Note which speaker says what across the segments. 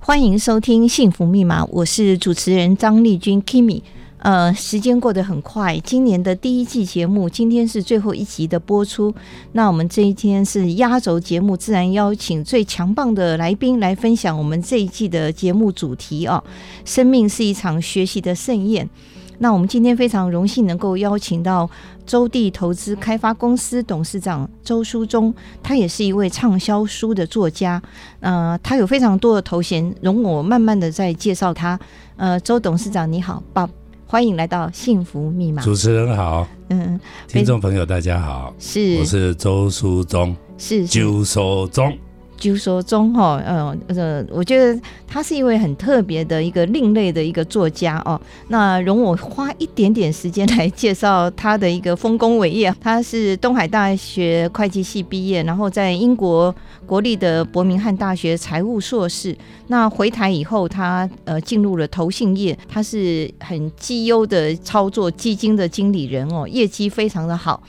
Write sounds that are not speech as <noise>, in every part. Speaker 1: 欢迎收听《幸福密码》，我是主持人张丽君 Kimi。呃，时间过得很快，今年的第一季节目今天是最后一集的播出。那我们这一天是压轴节目，自然邀请最强棒的来宾来分享我们这一季的节目主题哦。生命是一场学习的盛宴。那我们今天非常荣幸能够邀请到周地投资开发公司董事长周书忠，他也是一位畅销书的作家。呃，他有非常多的头衔，容我慢慢的再介绍他。呃，周董事长你好，爸，欢迎来到幸福密码。
Speaker 2: 主持人好，
Speaker 1: 嗯，
Speaker 2: 听众朋友大家好，
Speaker 1: 是
Speaker 2: 我是周书忠，
Speaker 1: 是是
Speaker 2: 周书忠，
Speaker 1: 就说中哈，呃呃，我觉得他是一位很特别的一个另类的一个作家哦。那容我花一点点时间来介绍他的一个丰功伟业。他是东海大学会计系毕业，然后在英国国立的伯明翰大学财务硕士。那回台以后，他呃进入了投信业，他是很绩优的操作基金的经理人哦，业绩非常的好。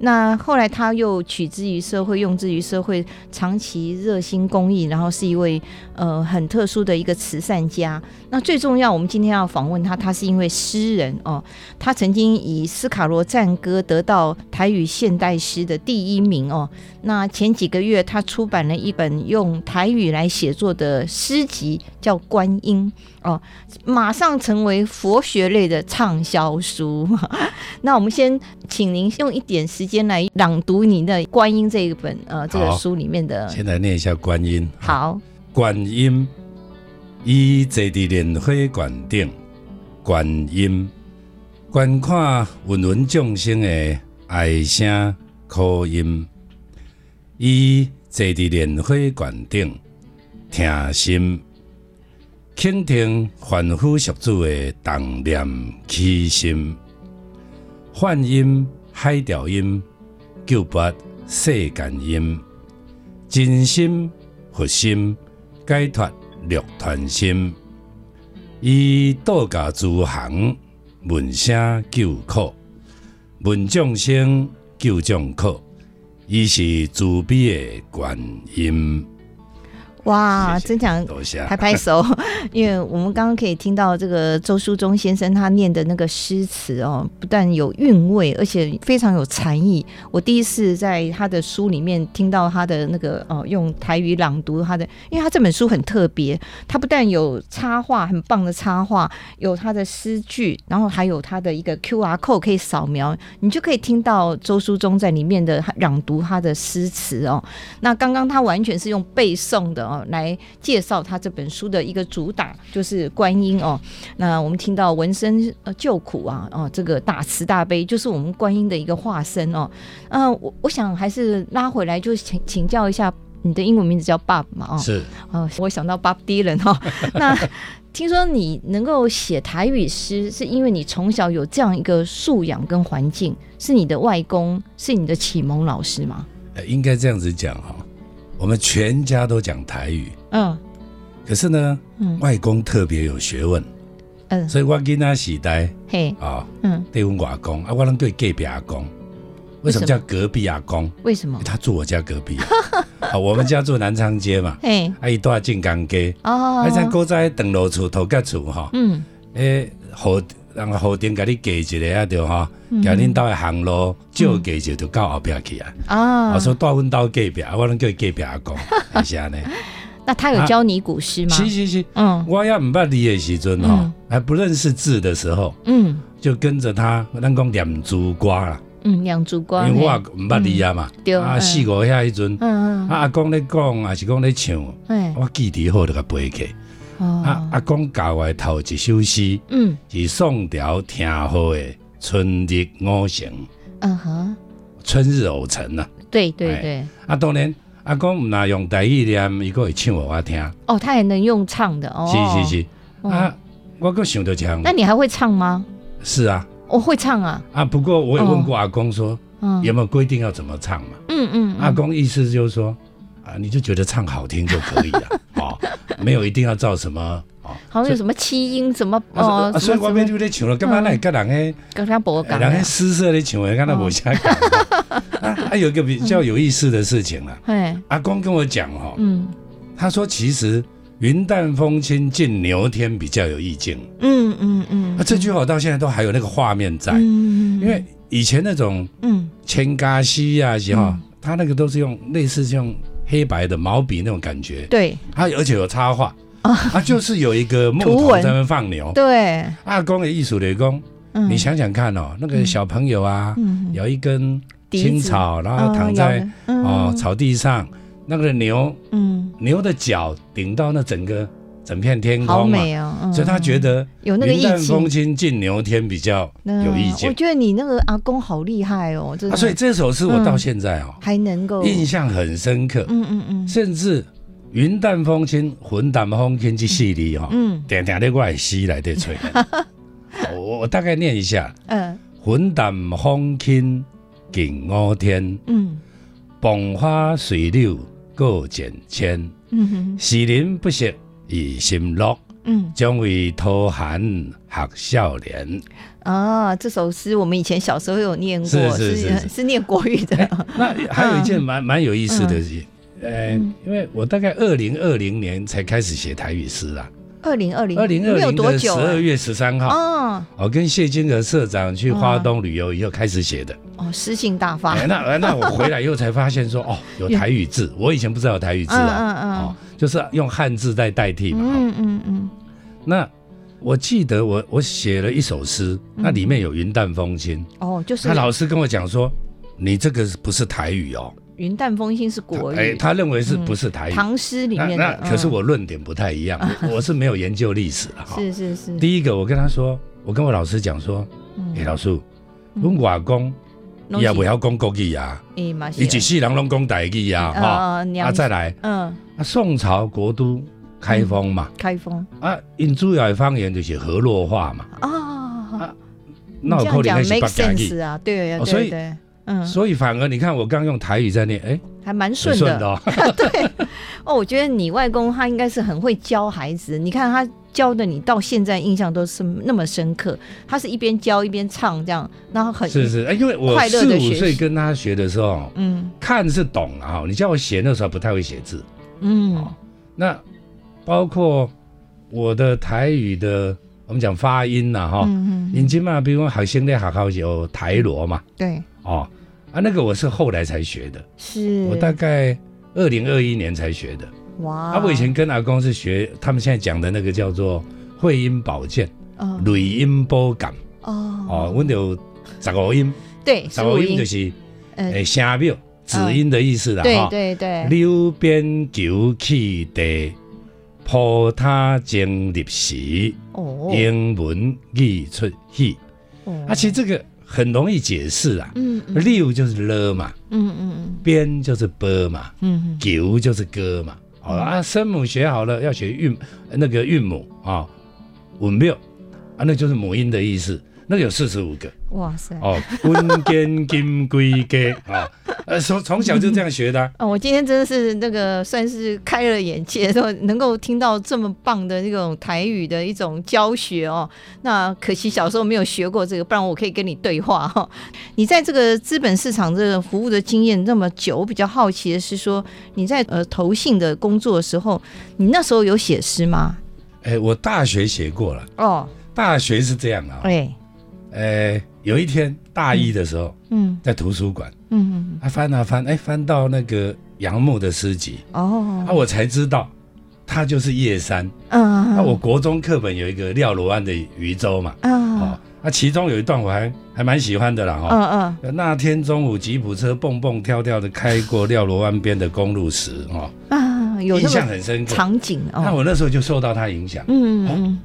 Speaker 1: 那后来他又取之于社会，用之于社会，长期热心公益，然后是一位呃很特殊的一个慈善家。那最重要，我们今天要访问他，他是因为诗人哦，他曾经以斯卡罗赞歌得到台语现代诗的第一名哦。那前几个月，他出版了一本用台语来写作的诗集，叫《观音》哦，马上成为佛学类的畅销书。 <laughs> 那我们先请您用一点时间来朗读您的《观音》这一本呃这个
Speaker 2: 好
Speaker 1: 书里面的。
Speaker 2: 先来念一下观音。
Speaker 1: 好，
Speaker 2: 观音，伊坐伫莲花观顶，观音，观看芸芸众生的哀声苦音。伊坐伫莲花观顶，听心，倾听凡夫俗子的动念起心，梵音、海调音、救拔世间音，真心、佛心。解脱六团心，以道家诸行，闻声救苦，闻众生救众苦，伊是慈悲的观音。
Speaker 1: 哇，
Speaker 2: 谢谢
Speaker 1: 真
Speaker 2: 啊
Speaker 1: 想
Speaker 2: 多谢，
Speaker 1: 拍拍手， <laughs> 因为我们刚刚可以听到这个周书忠先生他念的那个诗词哦，不但有韵味，而且非常有禅意。我第一次在他的书里面听到他的那个哦，用台语朗读他的，因为他这本书很特别，他不但有插画很棒的插画，有他的诗句，然后还有他的一个 Q R code 可以扫描，你就可以听到周书忠在里面的朗读他的诗词哦。那刚刚他完全是用背诵的哦来介绍他这本书的一个主打，就是观音哦。那我们听到闻声呃救苦啊，哦，这个大慈大悲就是我们观音的一个化身哦。嗯、我我想还是拉回来，就请请教一下。你的英文名字叫 Bob 嘛？哦，
Speaker 2: 是
Speaker 1: 哦，我想到 Bob Dylan 哦。 <laughs> 那听说你能够写台语诗，是因为你从小有这样一个素养跟环境，是你的外公，是你的启蒙老师吗？
Speaker 2: 呃应该这样子讲哈、我们全家都讲台语，
Speaker 1: 嗯
Speaker 2: 可是呢，
Speaker 1: 嗯
Speaker 2: 外公特别有学问，
Speaker 1: 嗯，
Speaker 2: 所以我囡仔时代
Speaker 1: 嘿，
Speaker 2: 啊、哦，
Speaker 1: 嗯，
Speaker 2: 对阮外公啊，我拢对隔壁阿公。为什
Speaker 1: 为
Speaker 2: 么
Speaker 1: 什
Speaker 2: 叫
Speaker 1: 么
Speaker 2: 隔壁阿公？
Speaker 1: 为什么？
Speaker 2: 他住我家隔壁啊，啊 <laughs> 我们家住南昌街嘛，
Speaker 1: 嘿，
Speaker 2: 啊，伊住晋江街，
Speaker 1: 哦，
Speaker 2: 啊，像古早长路厝、头家厝吼，
Speaker 1: 嗯，
Speaker 2: 诶，河人河顶甲你隔一个啊，着吼，
Speaker 1: 嗯
Speaker 2: 甲恁兜的巷路少隔一个，就到后壁去啊。
Speaker 1: 啊
Speaker 2: 我，说住阮兜隔壁，啊我拢叫伊隔壁阿
Speaker 1: <laughs>
Speaker 2: 公，是安尼。
Speaker 1: 那他有教你古诗吗？
Speaker 2: 是是是，
Speaker 1: 嗯
Speaker 2: 我也毋捌你的时阵吼
Speaker 1: 嗯，
Speaker 2: 还不认识字的时候，
Speaker 1: 嗯
Speaker 2: 就跟着他，咱讲念珠瓜啦，
Speaker 1: 嗯，两烛光，
Speaker 2: 因为我也
Speaker 1: 嘿
Speaker 2: 毋捌你啊嘛
Speaker 1: 对，
Speaker 2: 啊
Speaker 1: 嗯
Speaker 2: 四五遐迄阵，
Speaker 1: 嗯嗯，
Speaker 2: 啊阿公咧讲，还是讲咧唱。
Speaker 1: 哎，
Speaker 2: 我记伫好就甲背起，啊
Speaker 1: 哦，
Speaker 2: 阿公教我的头一首诗
Speaker 1: 嗯
Speaker 2: 是宋朝听好的《春日偶成》，
Speaker 1: 嗯哼，
Speaker 2: 春日偶成啊。
Speaker 1: 对对
Speaker 2: 哎
Speaker 1: 对，
Speaker 2: 啊，当然阿公毋若用台语念，伊个会唱互我听。
Speaker 1: 哦，他也能用唱的哦，
Speaker 2: 是是是，
Speaker 1: 哦
Speaker 2: 啊，我阁想到一项
Speaker 1: 那，你还会唱吗？
Speaker 2: 是啊，
Speaker 1: 我会唱啊，
Speaker 2: 啊，不过我也问过阿公说，
Speaker 1: 嗯
Speaker 2: 有没有规定要怎么唱嘛？
Speaker 1: 嗯嗯，
Speaker 2: 阿
Speaker 1: 嗯
Speaker 2: 公意思就是说，啊，你就觉得唱好听就可以
Speaker 1: <laughs>
Speaker 2: 了，哦，没有一定要照什么哦。
Speaker 1: 好像有什么七音什么
Speaker 2: 啊所以
Speaker 1: 哦
Speaker 2: 啊，，所
Speaker 1: 什
Speaker 2: 以我
Speaker 1: 么嗯
Speaker 2: 面就咧唱了，干嘛那跟人诶，
Speaker 1: 跟他博港
Speaker 2: 人诶诗社咧唱的，跟那无啥
Speaker 1: 哦
Speaker 2: 讲。啊，还有一个比较
Speaker 1: 嗯
Speaker 2: 有意思的事情啦，
Speaker 1: 哎，
Speaker 2: 阿公跟我讲哦，
Speaker 1: 嗯
Speaker 2: 他说其实云淡风轻见牛天比较有意境。
Speaker 1: 嗯嗯嗯
Speaker 2: 啊，，这句话我到现在都还有那个画面在，
Speaker 1: 嗯，
Speaker 2: 因为以前那种
Speaker 1: 嗯
Speaker 2: 千嘎西啊呀，是哈，他那个都是用类似像黑白的毛笔那种感觉，
Speaker 1: 对
Speaker 2: 他而且有插画，啊，就是有一个木
Speaker 1: 哦图
Speaker 2: 头
Speaker 1: 文
Speaker 2: 在那边放牛。
Speaker 1: 对，
Speaker 2: 阿公的艺术雷公，
Speaker 1: 嗯
Speaker 2: 哦你想想看哦，那个
Speaker 1: 嗯
Speaker 2: 小朋友啊，
Speaker 1: 嗯
Speaker 2: 有一根
Speaker 1: 笛子
Speaker 2: 青草，然后躺在哦草地上，那个牛
Speaker 1: 嗯，
Speaker 2: 牛的脚顶到那整个整片天
Speaker 1: 好
Speaker 2: 空嘛，
Speaker 1: 美哦，
Speaker 2: 所以他觉得
Speaker 1: 有那个
Speaker 2: 云
Speaker 1: 意
Speaker 2: 淡风
Speaker 1: 境。嗯
Speaker 2: 轻见牛天比较有意
Speaker 1: 我
Speaker 2: 见。
Speaker 1: 觉得你那个阿公好厉害哦，真
Speaker 2: 啊
Speaker 1: 的，
Speaker 2: 所以这首诗我到现在哦，
Speaker 1: 还能够，
Speaker 2: 印象很深刻，
Speaker 1: 嗯嗯嗯，
Speaker 2: 甚至云淡风轻、云淡风轻这戏里哈，
Speaker 1: 嗯
Speaker 2: 点点在我的诗来对吹。
Speaker 1: <laughs>
Speaker 2: 我我大概念一下：
Speaker 1: 嗯
Speaker 2: 云淡风轻近五天，
Speaker 1: 嗯
Speaker 2: 傍花随柳过剪千。
Speaker 1: 嗯
Speaker 2: 时人不识以心乐，
Speaker 1: 嗯
Speaker 2: 将为讨寒学少年。
Speaker 1: 啊，这首诗我们以前小时候有念过，是念国语的，
Speaker 2: 那还有一
Speaker 1: 嗯
Speaker 2: 件蛮蛮有意思的事，呃，因为我大概二零二零年才开始写台语诗啊，
Speaker 1: 二零二零，
Speaker 2: 二零二
Speaker 1: 没有
Speaker 2: 零
Speaker 1: 多
Speaker 2: 的十
Speaker 1: 久啊
Speaker 2: 二月十三号，
Speaker 1: 哦
Speaker 2: 我跟谢金河社长去花东旅游以后开始写的。
Speaker 1: 哦，诗性大发，
Speaker 2: 哎，那呃那我回来以后才发现说，哦，有台语字，我以前不知道有台语字啊，
Speaker 1: 嗯
Speaker 2: 哦，就是用汉字在代替嘛。哦
Speaker 1: 嗯嗯嗯
Speaker 2: 那我记得我我写了一首诗，那里面有云淡风轻，
Speaker 1: 嗯，哦，嗯就是
Speaker 2: 那老师跟我讲说，你这个不是台语哦，
Speaker 1: 云淡风轻是国
Speaker 2: 哎，
Speaker 1: 语，
Speaker 2: 他认为是不是台语？
Speaker 1: 唐诗里
Speaker 2: 那
Speaker 1: 面
Speaker 2: 那
Speaker 1: 的，嗯
Speaker 2: 可是我论点不太一样，我我是没有研究历史
Speaker 1: <laughs>
Speaker 2: 的哈。
Speaker 1: 是是是，
Speaker 2: 第一个，我跟他说，我跟我老师讲说，哎，老师，我外公
Speaker 1: 嗯拢
Speaker 2: 也
Speaker 1: 是
Speaker 2: 不晓讲国语啊，
Speaker 1: 哎嘛
Speaker 2: 伊一世人拢讲台语啊，哈。
Speaker 1: 啊，
Speaker 2: 啊，
Speaker 1: 娘
Speaker 2: 再来，
Speaker 1: 嗯
Speaker 2: 啊，宋朝国都开封嘛，
Speaker 1: 开封
Speaker 2: 啊，因主要的方言就是河洛话嘛，
Speaker 1: 啊。你
Speaker 2: 那
Speaker 1: 这
Speaker 2: 有
Speaker 1: 样
Speaker 2: 可能
Speaker 1: 讲
Speaker 2: 那是
Speaker 1: make
Speaker 2: 北台语。
Speaker 1: sense 啊，对啊，
Speaker 2: 哦所
Speaker 1: 对
Speaker 2: 以
Speaker 1: 对，嗯，
Speaker 2: 所以反而你看，我刚用台语在念，哎，
Speaker 1: 还蛮
Speaker 2: 很
Speaker 1: <laughs> 顺
Speaker 2: 顺的
Speaker 1: 的。
Speaker 2: 哦。
Speaker 1: 对，哦，我觉得你外公他应该是很会教孩子，你看他教的你到现在印象都是那么深刻。他是一边教一边唱这样，然后很 <laughs>
Speaker 2: <laughs> 是，是，哎，因为我
Speaker 1: 快乐
Speaker 2: 四
Speaker 1: 地
Speaker 2: 五
Speaker 1: 学习
Speaker 2: 岁跟他学的时候，
Speaker 1: 嗯
Speaker 2: 看是懂啊，你叫我写那时候还不太会写字，哦
Speaker 1: 嗯
Speaker 2: 那包括我的台语的，我们讲发音呐、哈、
Speaker 1: 嗯嗯，
Speaker 2: 你今嘛，比如学生在学校有台罗嘛，
Speaker 1: 对，
Speaker 2: 哦，啊，那个我是后来才学的，
Speaker 1: 是
Speaker 2: 我大概二零二一年才学的。
Speaker 1: 哇，
Speaker 2: 啊，我以前跟阿公是学他们现在讲的那个叫做会音保健、
Speaker 1: 哦
Speaker 2: 累音波感哦
Speaker 1: 哦，
Speaker 2: 我们有十五音，
Speaker 1: 对，
Speaker 2: 十
Speaker 1: 是
Speaker 2: 五
Speaker 1: 五
Speaker 2: 音就
Speaker 1: 音，
Speaker 2: 是
Speaker 1: 呃，
Speaker 2: 诶声标、子音的意思啦，
Speaker 1: 对
Speaker 2: 哈
Speaker 1: 对对，
Speaker 2: 溜边求气地，破他经立时，
Speaker 1: 哦
Speaker 2: 英文译出戏。
Speaker 1: 哦
Speaker 2: 啊，其实这个很容易解释啊。
Speaker 1: 嗯嗯
Speaker 2: 溜就是了嘛，
Speaker 1: 嗯嗯
Speaker 2: 边就是波嘛，
Speaker 1: 嗯嗯
Speaker 2: 求就是歌嘛。好、
Speaker 1: 嗯
Speaker 2: 了啊，声母学好了要学韵呃那个韵母啊，文六啊，那就是母音的意思。那有四十五个
Speaker 1: 嗯，哇塞。
Speaker 2: <laughs> 哦，温根金龟给啊，呃，从从小就这样学的啊、
Speaker 1: 哦，我今天真的是那个算是开了眼界，说能够听到这么棒的那种台语的一种教学哦。那可惜小时候没有学过这个，不然我可以跟你对话哈、哦。 <laughs> 你在这个资本市场这个服务的经验那么久，我比较好奇的是说，你在呃投信的工作的时候，你那时候有写诗吗？
Speaker 2: <laughs> 哎，我大学写过了，
Speaker 1: 哦，
Speaker 2: 大学是这样啊，
Speaker 1: 哎，
Speaker 2: 呃，有一天大一的时候，
Speaker 1: 嗯
Speaker 2: 在图书馆，
Speaker 1: 嗯，
Speaker 2: 啊翻啊翻，哎，翻到那个杨牧的诗集，啊，
Speaker 1: 哦，
Speaker 2: 我才知道，他就是叶山。
Speaker 1: 嗯，
Speaker 2: 啊那、我国中课本有一个廖罗安的《渔舟》嘛，
Speaker 1: 啊
Speaker 2: 哦，，那、其中有一段我还还蛮喜欢的啦，哈、
Speaker 1: 嗯嗯
Speaker 2: 那天中午，吉普车蹦蹦跳跳的开过廖罗湾边的公路时，哦，
Speaker 1: 啊，有
Speaker 2: 印
Speaker 1: 那
Speaker 2: 象
Speaker 1: 个
Speaker 2: 很深刻。
Speaker 1: 场景
Speaker 2: 那
Speaker 1: 哦，
Speaker 2: 我那时候就受到他影响，
Speaker 1: 嗯嗯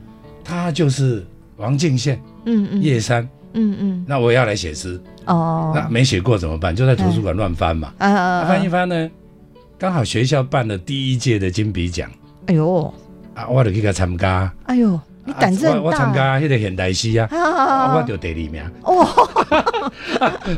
Speaker 2: 他就是王敬宪、
Speaker 1: 嗯嗯
Speaker 2: 叶山。
Speaker 1: 嗯嗯
Speaker 2: 那我也要来写诗，
Speaker 1: 哦，
Speaker 2: 那没写过怎么办？就在图书馆乱翻嘛。
Speaker 1: 呃
Speaker 2: 那
Speaker 1: 呃
Speaker 2: 翻一翻呢，刚好学校办了第一届的金笔奖
Speaker 1: 哎呦
Speaker 2: 啊，我就去给参加。
Speaker 1: 哎呦，你胆子
Speaker 2: 啊我
Speaker 1: 很
Speaker 2: 我参
Speaker 1: 大
Speaker 2: 加迄个现代诗啊，啊我
Speaker 1: 啊！
Speaker 2: 就第二名。 <laughs>
Speaker 1: 哦，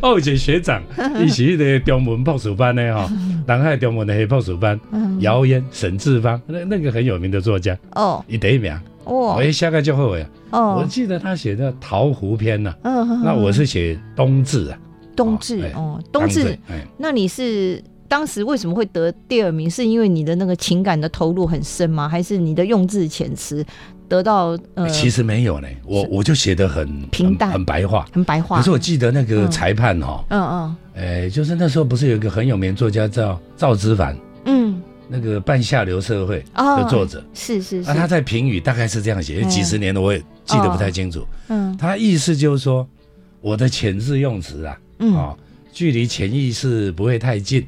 Speaker 2: 我有一个学长，伊是迄个中文博士班
Speaker 1: <laughs>
Speaker 2: 的吼，南海中文的黑博士班，
Speaker 1: 嗯
Speaker 2: 姚嫣、沈志芳，那那个很有名的作家，
Speaker 1: 哦
Speaker 2: 伊第一名。
Speaker 1: 哦
Speaker 2: 我一下个就后悔，我
Speaker 1: 哦，
Speaker 2: 记得他写的《桃湖篇》呐，
Speaker 1: 嗯
Speaker 2: 那我是写冬至啊，
Speaker 1: 冬
Speaker 2: 哦
Speaker 1: 至
Speaker 2: 哎
Speaker 1: 哦，冬至，，
Speaker 2: 哎，
Speaker 1: 那你是当时为什么会得第二名？是因为你的那个情感的投入很深吗？还是你的用字遣词得到呃，
Speaker 2: 其实没有呢，我我就写的很
Speaker 1: 平淡
Speaker 2: 很很白话。
Speaker 1: 很白话？
Speaker 2: 可是我记得那个
Speaker 1: 嗯
Speaker 2: 裁判哈，
Speaker 1: 嗯
Speaker 2: 哎，就是那时候不是有一个很有名的作家叫赵之凡，
Speaker 1: 嗯
Speaker 2: 那个《半下流社会》
Speaker 1: 哦
Speaker 2: 的作者，
Speaker 1: 嗯，是是是
Speaker 2: 那，他在评语大概是这样写，因为
Speaker 1: 嗯
Speaker 2: 几十年了我也记得不太清楚。
Speaker 1: 嗯
Speaker 2: 他意思就是说，我的潜字用词啊，
Speaker 1: 嗯，
Speaker 2: 哦，距离潜意识不会太近，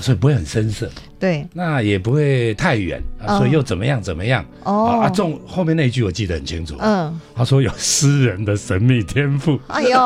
Speaker 2: 所以不会很深涩，
Speaker 1: 对
Speaker 2: 那也不会太远，啊、
Speaker 1: 哦
Speaker 2: 所以又怎么样怎么样。啊啊，
Speaker 1: 哦，
Speaker 2: 中后面那一句我记得很清楚，
Speaker 1: 嗯，
Speaker 2: 他说有诗人的神秘天赋，
Speaker 1: 哎
Speaker 2: <laughs>
Speaker 1: 呦，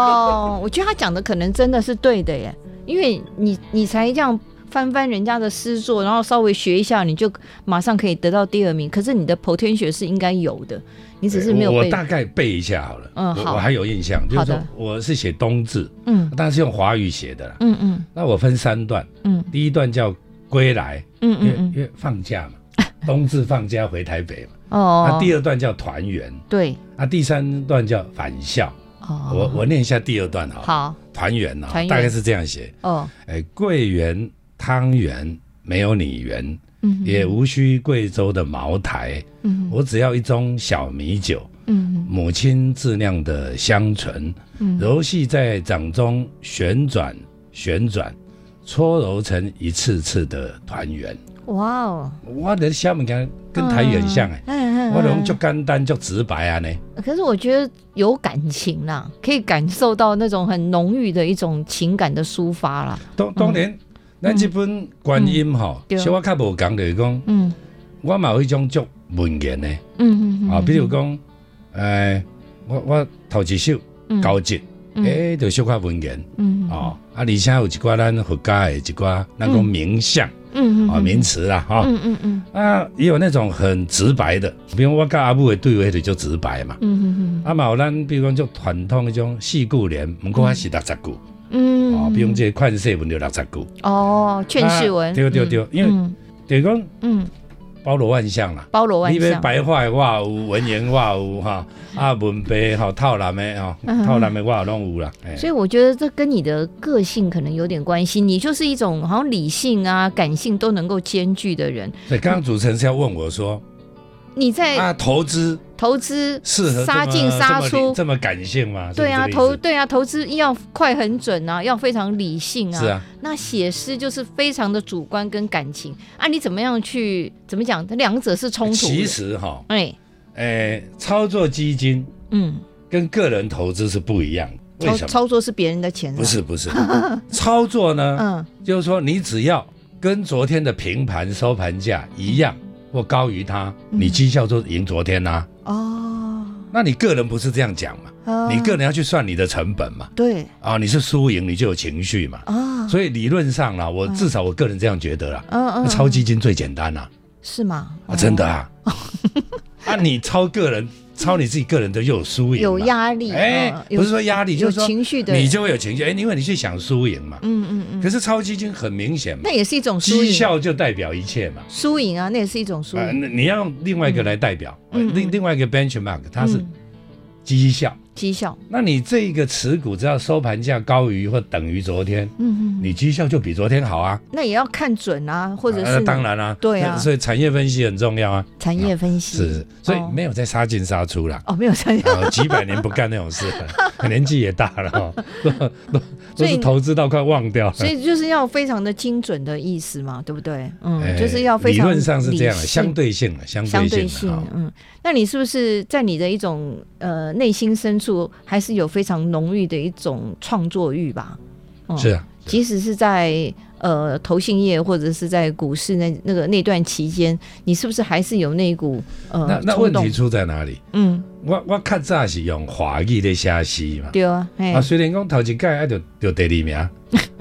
Speaker 1: 我觉得他讲的可能真的是对的耶，因为你你才这样翻翻人家的诗作，然后稍微学一下，你就马上可以得到第二名。可是你的 potential 是应该有的，你只是没有
Speaker 2: 我我
Speaker 1: 被
Speaker 2: 大概背一下好了，
Speaker 1: 嗯
Speaker 2: 我
Speaker 1: 好
Speaker 2: 我还有印象，就是
Speaker 1: 好的
Speaker 2: 说我是写冬至，
Speaker 1: 嗯
Speaker 2: 但是用华语写的啦。
Speaker 1: 嗯嗯
Speaker 2: 那我分三段，
Speaker 1: 嗯
Speaker 2: 第一段叫归来，
Speaker 1: 嗯
Speaker 2: 因为、
Speaker 1: 嗯
Speaker 2: 因为放假嘛， <laughs> 冬至放假回台北嘛。
Speaker 1: 嗯哦
Speaker 2: 那第二段叫团圆，
Speaker 1: 对
Speaker 2: 那第三段叫返校。
Speaker 1: 哦，
Speaker 2: 我我念一下第二段哈，
Speaker 1: 好
Speaker 2: 团圆啊
Speaker 1: 团，圆
Speaker 2: 大概是这样写：
Speaker 1: 哦
Speaker 2: 哎，桂圆、汤圆没有你圆，
Speaker 1: 嗯
Speaker 2: 也无需贵州的茅台，
Speaker 1: 嗯
Speaker 2: 我只要一盅小米酒，
Speaker 1: 嗯
Speaker 2: 母亲自酿的香醇，
Speaker 1: 嗯
Speaker 2: 柔细在掌中旋转旋转，搓揉成一次次的团圆。
Speaker 1: 哇哦，
Speaker 2: 我的小米干跟台语很像哎、
Speaker 1: 嗯
Speaker 2: 我拢就简单就直白啊呢。
Speaker 1: 可是我觉得有感情啦，可以感受到那种很浓郁的一种情感的抒发啦。
Speaker 2: 当当然，咱这本观音吼，
Speaker 1: 嗯
Speaker 2: 小我较无讲就是讲，
Speaker 1: 嗯
Speaker 2: 我嘛有迄种足文言的
Speaker 1: 嗯嗯
Speaker 2: 啊，比如讲，诶，我我头一首
Speaker 1: 高
Speaker 2: 交接，诶，就小可文言
Speaker 1: 嗯
Speaker 2: 哦，啊，而且有一寡咱佛家的一寡那个
Speaker 1: 嗯
Speaker 2: 名相
Speaker 1: 嗯
Speaker 2: 啊、名词啦哈。
Speaker 1: 嗯嗯嗯
Speaker 2: 啊，也有那种很直白的，比如我跟阿母的对话，就就直白嘛。
Speaker 1: 嗯嗯
Speaker 2: 啊，嘛有咱比如讲，就传统迄种四句联，不过还是六十句。
Speaker 1: 嗯
Speaker 2: 哦，比如这款式文就六十句，啊
Speaker 1: 哦劝世文
Speaker 2: 就是讲
Speaker 1: 嗯
Speaker 2: 包罗万象啦。
Speaker 1: 包罗万
Speaker 2: 你要
Speaker 1: 象
Speaker 2: 白话的话有，文言话有哈，啊文白吼，套南的吼，
Speaker 1: 嗯
Speaker 2: 套南的话拢有啦。哎
Speaker 1: 所以我觉得这跟你的个性可能有点关系，你就是一种好像理性啊、感性都能够兼具的人。
Speaker 2: 所以刚刚主持人是要问我说，
Speaker 1: 你在
Speaker 2: 啊，投资
Speaker 1: 投资
Speaker 2: 适合这么
Speaker 1: 哎杀进杀
Speaker 2: 这么理
Speaker 1: 出，
Speaker 2: 这么感性吗？是不是
Speaker 1: 对啊，
Speaker 2: 这个意
Speaker 1: 投
Speaker 2: 思
Speaker 1: 对啊，投资要快很准啊，要非常理性
Speaker 2: 是啊，
Speaker 1: 那写诗就是非常的主观跟感情啊，你怎么样去怎么讲？这两者是冲突的。
Speaker 2: 其实哈，
Speaker 1: 哎，
Speaker 2: 哎，操作基金
Speaker 1: 嗯，
Speaker 2: 跟个人投资是不一样的，为
Speaker 1: 操
Speaker 2: 什么？
Speaker 1: 操作是别人的钱，啊
Speaker 2: 不，
Speaker 1: <laughs>
Speaker 2: 是不是，操作呢？
Speaker 1: 嗯
Speaker 2: 就是说你只要跟昨天的平盘收盘价一样或高于它，
Speaker 1: 嗯
Speaker 2: 你绩效就赢昨天啊啦、
Speaker 1: 哦，
Speaker 2: 那你个人不是这样讲嘛？
Speaker 1: 啊
Speaker 2: 你个人要去算你的成本嘛？
Speaker 1: 对
Speaker 2: 啊，你是输赢，你就有情绪嘛。
Speaker 1: 啊，
Speaker 2: 所以理论上啦，我
Speaker 1: 嗯
Speaker 2: 至少我个人这样觉得啦，
Speaker 1: 嗯哦嗯，
Speaker 2: 抄基金最简单啦，
Speaker 1: 是吗？
Speaker 2: 啊，真的
Speaker 1: <laughs>
Speaker 2: 啊，啊，你抄个人，抄你自己个人的又有输
Speaker 1: 哦
Speaker 2: 赢，啊
Speaker 1: 有，压力，
Speaker 2: 哎
Speaker 1: 嗯，有
Speaker 2: 不是说压力，就
Speaker 1: 有
Speaker 2: 是说
Speaker 1: 情绪的，
Speaker 2: 你就会有情绪，哎，因为你去想输赢嘛。
Speaker 1: 嗯嗯嗯，
Speaker 2: 可是抄基金很明显嘛
Speaker 1: 那，也是一种输
Speaker 2: 绩
Speaker 1: 赢，啊
Speaker 2: 效就代表一切嘛。
Speaker 1: 输赢啊，那也是一种输
Speaker 2: 啊，
Speaker 1: 赢，
Speaker 2: 那你要用另外一个来代表，
Speaker 1: 嗯
Speaker 2: 呃另、
Speaker 1: 嗯
Speaker 2: 另外一个 benchmark，它是
Speaker 1: 嗯
Speaker 2: 绩效。
Speaker 1: 绩效，
Speaker 2: 那你这个持股只要收盘价高于或等于昨天，
Speaker 1: 嗯嗯，
Speaker 2: 你绩效就比昨天好啊。
Speaker 1: 那也要看准啊，或者
Speaker 2: 啊
Speaker 1: 是
Speaker 2: 那当然啦、
Speaker 1: 对啊
Speaker 2: 那所以产业分析很重要啊。
Speaker 1: 产业分析
Speaker 2: 是，是所以
Speaker 1: 哦
Speaker 2: 没有在杀进杀
Speaker 1: <laughs>
Speaker 2: 出啦。
Speaker 1: 哦，没有产
Speaker 2: <laughs>
Speaker 1: 业，
Speaker 2: 啊，几百年不干那种
Speaker 1: <laughs>
Speaker 2: 事了，年纪也大了哦，都都
Speaker 1: 所
Speaker 2: 都
Speaker 1: 以
Speaker 2: 是投资到快忘掉了。
Speaker 1: 所以就是要非常的精准的意思嘛，对不对？嗯，
Speaker 2: 哎
Speaker 1: 就是要非
Speaker 2: 理
Speaker 1: 常
Speaker 2: 论上是这样的，啊
Speaker 1: 理性
Speaker 2: 相对性的，相
Speaker 1: 相对
Speaker 2: 对
Speaker 1: 性
Speaker 2: 性的。哦
Speaker 1: 嗯，那你是不是在你的一种呃内心深处，还是有非常浓郁的一种创作欲吧？嗯
Speaker 2: 是啊，
Speaker 1: 即使是在呃投信业或者是在股市那那个那段期间，你是不是还是有那一股
Speaker 2: 那
Speaker 1: 呃
Speaker 2: 那
Speaker 1: 冲
Speaker 2: 问
Speaker 1: 动
Speaker 2: 题？出在哪里？
Speaker 1: 嗯，
Speaker 2: 我我较早是用华语咧写诗嘛，
Speaker 1: 对啊，哎、
Speaker 2: 啊虽然讲头一届啊就就
Speaker 1: <laughs>
Speaker 2: 第二名，啊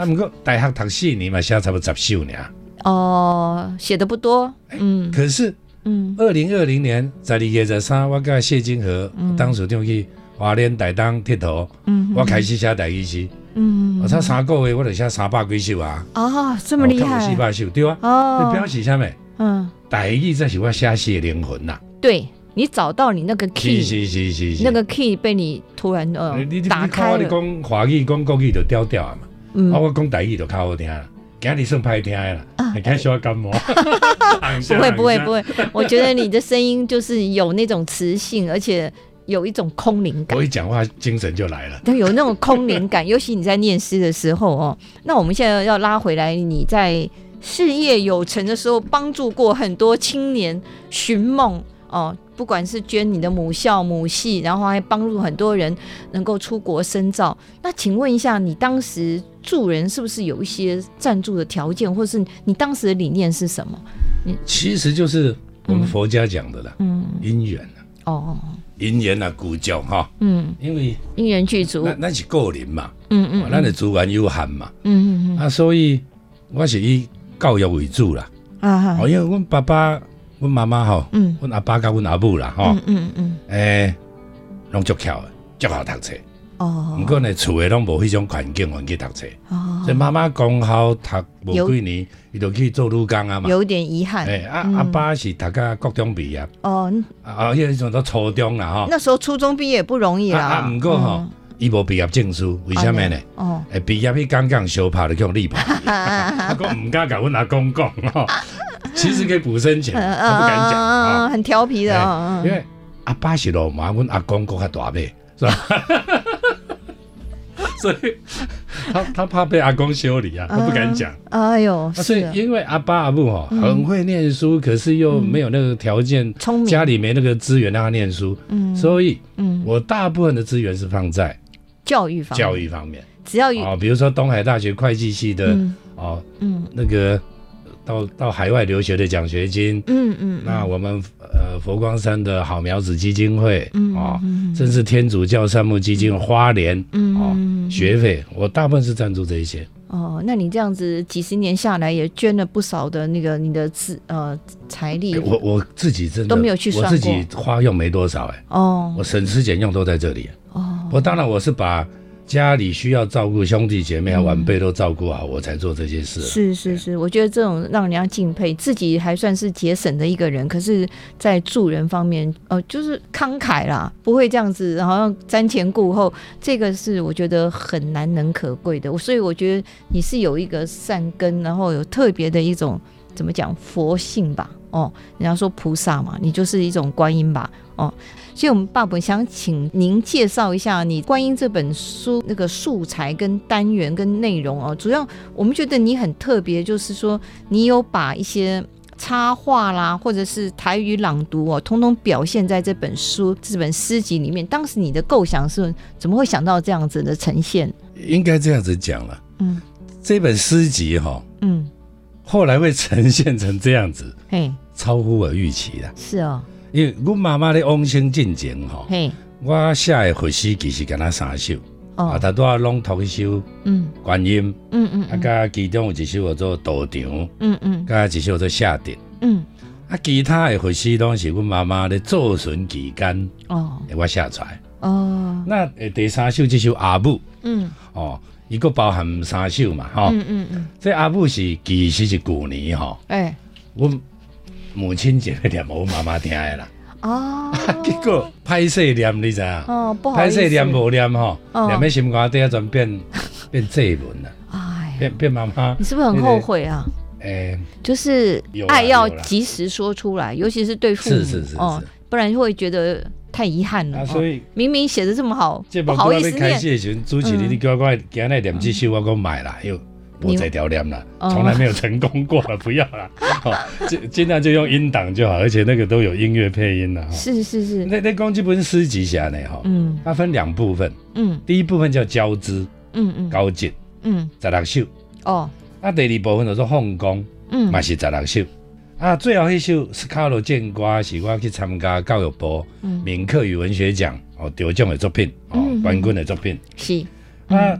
Speaker 2: 毋过大学读四年嘛，写差不多十首尔。
Speaker 1: 哦，写的不多，
Speaker 2: 哎
Speaker 1: 嗯
Speaker 2: 可是
Speaker 1: 嗯
Speaker 2: 二零二零年十二月十三，我甲谢金河、
Speaker 1: 嗯
Speaker 2: 当时就去华联台东佚佗，
Speaker 1: 嗯，
Speaker 2: 我开始写台语诗，
Speaker 1: 嗯，
Speaker 2: 我才三个月我就写三百几首啊，
Speaker 1: 哦，这么厉
Speaker 2: 哦差不多
Speaker 1: 害
Speaker 2: 四百首对啊，这表
Speaker 1: 哦，
Speaker 2: 示啥物？
Speaker 1: 嗯，
Speaker 2: 台语才是我写诗的灵魂呐，
Speaker 1: 对你找到你那个
Speaker 2: 是
Speaker 1: key，
Speaker 2: 是是是是。
Speaker 1: 那个 key 被你突然呃
Speaker 2: 你你你
Speaker 1: 打
Speaker 2: 看
Speaker 1: 开
Speaker 2: 我咧
Speaker 1: 了，
Speaker 2: 讲华语讲国语就调调啊嘛。
Speaker 1: 嗯
Speaker 2: 啊，，我讲台语就较好听啦，今日算歹听的啦，
Speaker 1: 啊
Speaker 2: 今日小
Speaker 1: <laughs>
Speaker 2: 感冒。
Speaker 1: 不
Speaker 2: 不
Speaker 1: 会不会不，会，我觉得你的声音就是有那种磁性，而且有一种空灵感
Speaker 2: 我一。讲话精神就来了。
Speaker 1: 对，有那种空灵感， <laughs> 尤其你在念诗的时候哦。那我们现在要拉回来，你在事业有成的时候，帮助过很多青年寻梦哦，不管是捐你的母校母系，然后还帮助很多人能够出国深造。那请问一下，你当时助人是不是有一些赞助的条件，或是你当时的理念是什么？
Speaker 2: 其实就是我们佛家讲的啦，
Speaker 1: 嗯，
Speaker 2: 因缘啊，
Speaker 1: 哦，
Speaker 2: 因缘啊，古教哈，
Speaker 1: 嗯，
Speaker 2: 因为
Speaker 1: 因缘具足，
Speaker 2: 那那是个人嘛，啊
Speaker 1: 嗯嗯
Speaker 2: 咱的资源有限嘛，
Speaker 1: 嗯嗯
Speaker 2: 啊，所以我是以教育为主啦。
Speaker 1: 嗯啊
Speaker 2: 哦，因为阮爸爸、阮妈妈吼，
Speaker 1: 嗯
Speaker 2: 阮阿爸甲阮阿母啦吼
Speaker 1: 嗯，嗯嗯，
Speaker 2: 诶，拢足巧的，足好读册。
Speaker 1: 哦
Speaker 2: 毋过呢，厝的拢无迄种环境，阮去读册。
Speaker 1: 哦
Speaker 2: 这妈妈公校读
Speaker 1: 有
Speaker 2: 无几年，伊就去做女工啊嘛。
Speaker 1: 有点遗憾。
Speaker 2: 哎，啊
Speaker 1: 嗯
Speaker 2: 阿爸是读到高中毕业，啊
Speaker 1: 哦，
Speaker 2: 啊，迄阵都初中啦吼。
Speaker 1: 那时候初中毕业也不容易啦。
Speaker 2: 啊啊，毋过吼，伊无毕业证书，为
Speaker 1: 嗯，
Speaker 2: 什么呢？
Speaker 1: 哦，
Speaker 2: 诶，毕业去刚刚相拍就叫立牌， <laughs> 啊，我毋敢甲阮阿公讲吼。其实可以补
Speaker 1: <laughs>
Speaker 2: 生钱，
Speaker 1: 嗯嗯
Speaker 2: 他不敢讲
Speaker 1: 嗯
Speaker 2: 啊，
Speaker 1: 很调皮的，
Speaker 2: 哎
Speaker 1: 嗯嗯，
Speaker 2: 因为阿爸是老妈，阮阿公更较大辈，是
Speaker 1: <laughs>
Speaker 2: 吧？所以他他怕被阿公修理啊，他不敢讲。
Speaker 1: 哎呦，
Speaker 2: 啊所以
Speaker 1: 是的
Speaker 2: 因为阿爸阿母哈、
Speaker 1: 嗯
Speaker 2: 很会念书，可是又没有那个条件，
Speaker 1: 聪明，
Speaker 2: 家里没那个资源让他念书，
Speaker 1: 嗯
Speaker 2: 所以
Speaker 1: 嗯，
Speaker 2: 我大部分的资源是放在
Speaker 1: 教育方面
Speaker 2: 教，育方面
Speaker 1: 只要
Speaker 2: 啊、哦，比如说东海大学会计系的、
Speaker 1: 嗯
Speaker 2: 哦，
Speaker 1: 嗯
Speaker 2: 那个呃到到海外留学的奖学金，
Speaker 1: 嗯嗯，
Speaker 2: 那我们呃佛光山的好苗子基金会
Speaker 1: 嗯
Speaker 2: 哦，
Speaker 1: 嗯
Speaker 2: 甚至天主教善牧基金花莲哦
Speaker 1: 嗯
Speaker 2: 学费，我大部分是赞助这一些。
Speaker 1: 哦，那你这样子几十年下来也捐了不少的那个你的资呃财力
Speaker 2: 哎我我自己真的
Speaker 1: 都没有去算
Speaker 2: 我
Speaker 1: 过
Speaker 2: 自己花用没多少哎、
Speaker 1: 哦
Speaker 2: 我省吃俭用都在这里。
Speaker 1: 哦
Speaker 2: 我当然我是把家里需要照顾兄弟姐妹啊、晚辈都照顾好，我才做这些事。
Speaker 1: 是是是，我觉得这种让人家敬佩，自己还算是节省的一个人，可是，在助人方面，呃，就是慷慨啦，不会这样子，好像瞻前顾后，这个是我觉得很难能可贵的。所以我觉得你是有一个善根，然后有特别的一种怎么讲佛性吧，哦，人家说菩萨嘛，你就是一种观音吧，哦。所以，我们爸爸想请您介绍一下你《观音》这本书那个素材、跟单元、跟内容哦。主要我们觉得你很特别，就是说你有把一些插画啦，或者是台语朗读哦，通通表现在这本书、这本诗集里面。当时你的构想是怎么会想到这样子的呈现？
Speaker 2: 应该这样子讲了，
Speaker 1: 嗯
Speaker 2: 这本诗集哈、
Speaker 1: 嗯，
Speaker 2: 后来会呈现成这样子，
Speaker 1: 嘿，
Speaker 2: 超乎我预期的。
Speaker 1: 是哦，
Speaker 2: 因为我妈妈的往生进前吼，
Speaker 1: 嘿，
Speaker 2: 我写的佛诗其实跟她三首，啊，
Speaker 1: 哦，
Speaker 2: 她都要拢同一首
Speaker 1: 嗯
Speaker 2: 观音，
Speaker 1: 嗯嗯
Speaker 2: 啊，
Speaker 1: 嗯
Speaker 2: 甲其中有一首叫做道场，
Speaker 1: 嗯嗯
Speaker 2: 甲一首叫做下顶。
Speaker 1: 嗯，
Speaker 2: 啊，其他的佛诗拢是阮妈妈咧做巡期间，
Speaker 1: 哦
Speaker 2: 我写出来。
Speaker 1: 哦，
Speaker 2: 那呃第三首这首阿母
Speaker 1: 嗯
Speaker 2: 哦，伊个包含三首嘛吼、
Speaker 1: 嗯嗯嗯，
Speaker 2: 这阿母是其实是旧年吼、
Speaker 1: 哎，
Speaker 2: 我母亲节念我妈妈听的啦。，
Speaker 1: <laughs> 哦
Speaker 2: 结果歹势念你知影？
Speaker 1: 哦，不好
Speaker 2: 歹
Speaker 1: 意思
Speaker 2: 势，念无念吼，
Speaker 1: 嗯
Speaker 2: 念在心肝底啊，全变变祭文啦，
Speaker 1: 哎呀，
Speaker 2: 变变妈妈
Speaker 1: 你。是不是很后悔啊？
Speaker 2: 诶，
Speaker 1: 就是
Speaker 2: 有啦
Speaker 1: 爱要
Speaker 2: 有啦
Speaker 1: 及时说出来，尤其是对父母
Speaker 2: 是是是
Speaker 1: 哦
Speaker 2: 是，
Speaker 1: 不然会觉得太遗憾了。
Speaker 2: 啊，
Speaker 1: 哦
Speaker 2: 所以
Speaker 1: 明明写的这么好
Speaker 2: 这，
Speaker 1: 不
Speaker 2: 目
Speaker 1: 好
Speaker 2: 我
Speaker 1: 意思
Speaker 2: 要开
Speaker 1: 念
Speaker 2: 始的时阵，主持人
Speaker 1: 嗯
Speaker 2: 你叫我今日念这首，我讲买啦，又无这条念啦，
Speaker 1: 哦
Speaker 2: 从来没有成功过了，不要
Speaker 1: <laughs>
Speaker 2: 啦，哦，尽尽量就用音档就好，而且那个都有音乐配音啦。哦
Speaker 1: 是是是，
Speaker 2: 那那讲这本诗集下呢，哈，
Speaker 1: 嗯
Speaker 2: 哦它分两部分，
Speaker 1: 嗯
Speaker 2: 第一部分叫交织
Speaker 1: 嗯嗯，
Speaker 2: 高进，
Speaker 1: 嗯，
Speaker 2: 十六首。
Speaker 1: 哦，
Speaker 2: 啊，第二部分就是放工，
Speaker 1: 嗯
Speaker 2: 嘛，是十六首。啊，最后迄首《斯卡罗健歌》是我去参加教育部
Speaker 1: 嗯
Speaker 2: 闽客语文学奖哦得奖的作品哦
Speaker 1: 嗯，
Speaker 2: 冠军的作品。
Speaker 1: 是，
Speaker 2: 啊，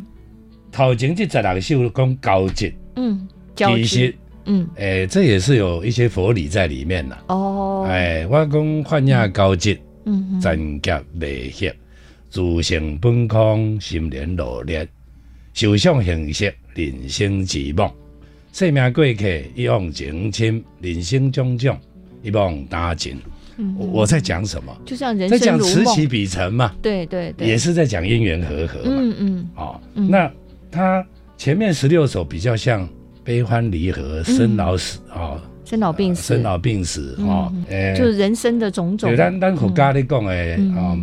Speaker 2: 头前这十六首讲高级，
Speaker 1: 嗯，交
Speaker 2: 其
Speaker 1: 织
Speaker 2: 实，
Speaker 1: 嗯，
Speaker 2: 诶、这也是有一些佛理在里面啦。
Speaker 1: 哦，
Speaker 2: 哎、我讲泛亚高级，
Speaker 1: 嗯，嗯，
Speaker 2: zan夹未协，自性本空，心莲罗列，受想行识，人生之梦。生命过去，一往情深，人生种种，一往大情。
Speaker 1: 嗯
Speaker 2: 我我在讲什么？
Speaker 1: 就像人
Speaker 2: 在
Speaker 1: 生
Speaker 2: 讲
Speaker 1: 如
Speaker 2: 此起
Speaker 1: 梦，
Speaker 2: 彼成嘛，
Speaker 1: 对对对，
Speaker 2: 也是在讲因缘和合嘛。
Speaker 1: 嗯嗯
Speaker 2: 哦，
Speaker 1: 嗯
Speaker 2: 那他前面十六首比较像悲欢离合、生老死哦，
Speaker 1: 生老病死，
Speaker 2: 生老病死哦
Speaker 1: 嗯，
Speaker 2: 诶
Speaker 1: 就是人生的种种
Speaker 2: 有，咱咱佛家咧讲诶，
Speaker 1: 嗯
Speaker 2: 哦，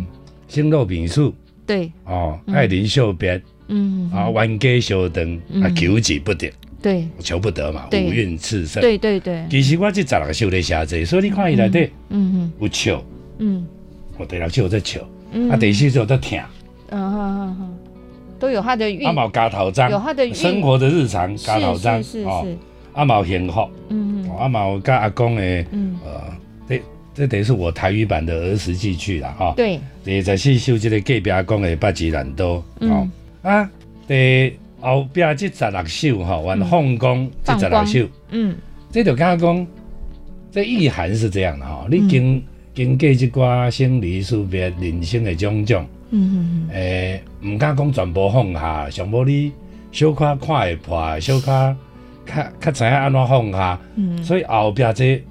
Speaker 2: 生老病死
Speaker 1: 对，
Speaker 2: 哦，
Speaker 1: 嗯
Speaker 2: 爱人惜别
Speaker 1: 嗯，
Speaker 2: 啊，冤家相等
Speaker 1: 嗯
Speaker 2: 啊，求之不得，
Speaker 1: 对
Speaker 2: 求不得嘛，
Speaker 1: 对
Speaker 2: 五蕴炽盛。
Speaker 1: 对对对，
Speaker 2: 其实我这十六个首咧写这，所以你看伊内底
Speaker 1: 嗯
Speaker 2: 有笑，
Speaker 1: 嗯
Speaker 2: 我第六首有在笑，
Speaker 1: 嗯，
Speaker 2: 啊，第四首在听，啊，
Speaker 1: 嗯嗯嗯，都有他的韵，
Speaker 2: 嘛有加头章，
Speaker 1: 有它的韵
Speaker 2: 生活的日常加头章
Speaker 1: 是是
Speaker 2: 哦，
Speaker 1: 是，
Speaker 2: 啊，嘛有幸福，
Speaker 1: 嗯
Speaker 2: 哦啊，嘛有甲阿公诶，
Speaker 1: 嗯，
Speaker 2: 呃，这这等于是我台语版的儿时寄去啦，哈、
Speaker 1: 对，
Speaker 2: 第十四首即个隔壁讲的八字难刀，哦
Speaker 1: 嗯
Speaker 2: 啊，第后壁即十六首吼，原放光即十六首，
Speaker 1: 嗯
Speaker 2: 这就敢讲，这意涵是这样的吼、你经经过即寡生离死别、人生的种种，
Speaker 1: 嗯嗯
Speaker 2: 诶、毋敢讲全部放下，上无你小可看会破，小可较较知影安怎放下，
Speaker 1: 嗯，
Speaker 2: 所以后壁这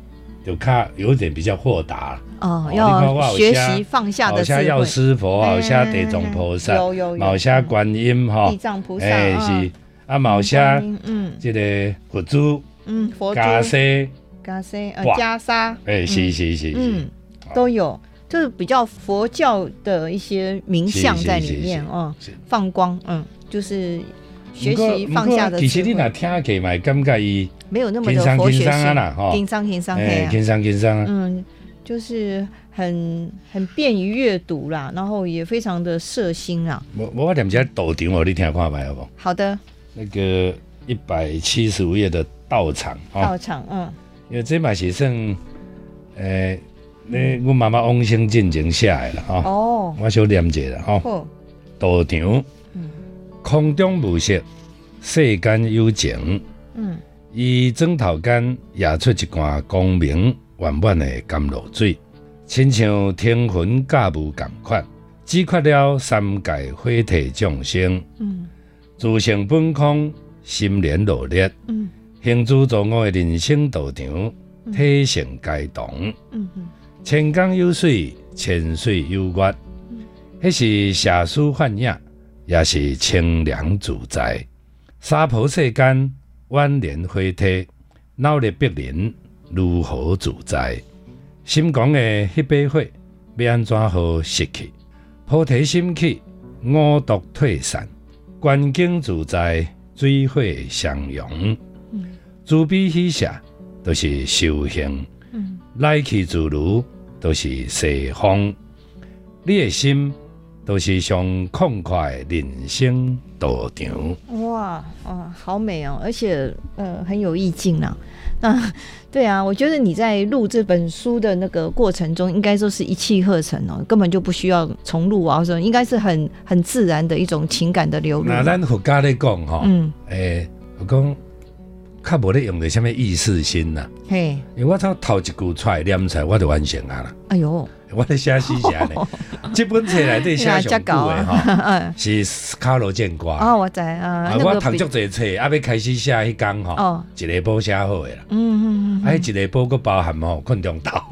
Speaker 2: 就较有点比较豁达啦。
Speaker 1: 哦，要学习放下
Speaker 2: 好
Speaker 1: 的智
Speaker 2: 些药
Speaker 1: 慧，
Speaker 2: 师佛，好些地藏菩萨，
Speaker 1: 哎有有有
Speaker 2: 好些观音哈
Speaker 1: 地，藏菩萨，哦
Speaker 2: 哎是，啊，好些
Speaker 1: 嗯嗯
Speaker 2: 这个佛珠、
Speaker 1: 嗯，佛珠、
Speaker 2: 加西，
Speaker 1: 袈裟、呃袈裟，
Speaker 2: 哎是是是哦是
Speaker 1: 嗯，，都有，就是比较佛教的一些名相在里面哦，
Speaker 2: 是
Speaker 1: 放光，嗯，就是学
Speaker 2: 不过
Speaker 1: 习放下的
Speaker 2: 不过其实
Speaker 1: 智
Speaker 2: 你若
Speaker 1: 慧，
Speaker 2: 听起来感觉伊，
Speaker 1: 没有那么的佛学
Speaker 2: 轻松轻松啊啦
Speaker 1: 性
Speaker 2: 吼，
Speaker 1: 经商经商嘿
Speaker 2: 哎
Speaker 1: 啊，
Speaker 2: 轻松轻松啊，
Speaker 1: 嗯，就是很很便于阅读啦，然后也非常的摄心啦。
Speaker 2: 我我念一下道场哦，你听看卖好不好？
Speaker 1: 好的，
Speaker 2: 那个一百七十五页的道场哦。
Speaker 1: 到场，嗯
Speaker 2: 因为这嘛是算，诶、咧阮妈妈往生进前写的啦，吼、
Speaker 1: 哦，
Speaker 2: 我小念者啦，吼、
Speaker 1: 哦，
Speaker 2: 道场
Speaker 1: 嗯，
Speaker 2: 空中无色，世间有情，
Speaker 1: 嗯
Speaker 2: 伊枕头间也出一罐光明圆满的甘露水，亲像天魂驾雾共款，只缺了三界火体众生，
Speaker 1: 嗯
Speaker 2: 自性本空，心莲罗列，
Speaker 1: 嗯
Speaker 2: 行诸作我的人生道场，体性皆同。
Speaker 1: 嗯嗯
Speaker 2: 千江有水，千水有月，迄是社师幻影，也是清凉自在。娑婆世间，万莲花体，闹热逼人，如何自在？心讲的迄杯火，要安怎好熄去？菩提心起，五毒退散，观景自在，水火相融。
Speaker 1: 嗯
Speaker 2: 慈悲喜舍，就是修行。
Speaker 1: 嗯
Speaker 2: 来去自如，都是西方。你的心，都是上畅快的人生道场。
Speaker 1: 哇哇，好美哦，而且呃很有意境啦。那对啊，我觉得你在录这本书的那个过程中，应该说是一气呵成哦，根本就不需要重录啊，什么，应该是很很自然的一种情感的流露。
Speaker 2: 那咱佛家咧讲吼，
Speaker 1: 嗯，
Speaker 2: 诶、我讲较无咧用着什么意识心啦、
Speaker 1: 嘿，
Speaker 2: 因为我头头一句出来念出来，我就完成啊啦。
Speaker 1: 哎呦，
Speaker 2: 我咧写诗写
Speaker 1: <laughs>
Speaker 2: 咧，这本册内底写上久的吼，
Speaker 1: 嗯，
Speaker 2: 是斯卡罗建歌。
Speaker 1: 哦，我知啊，
Speaker 2: 啊，
Speaker 1: 那
Speaker 2: 我
Speaker 1: 个
Speaker 2: 读
Speaker 1: 比
Speaker 2: 足侪册，啊，要开始写迄工吼，
Speaker 1: 哦，
Speaker 2: 一个波写好诶啦。
Speaker 1: 嗯嗯
Speaker 2: 啊，迄一个包佫包含吼困
Speaker 1: <laughs>
Speaker 2: 中岛，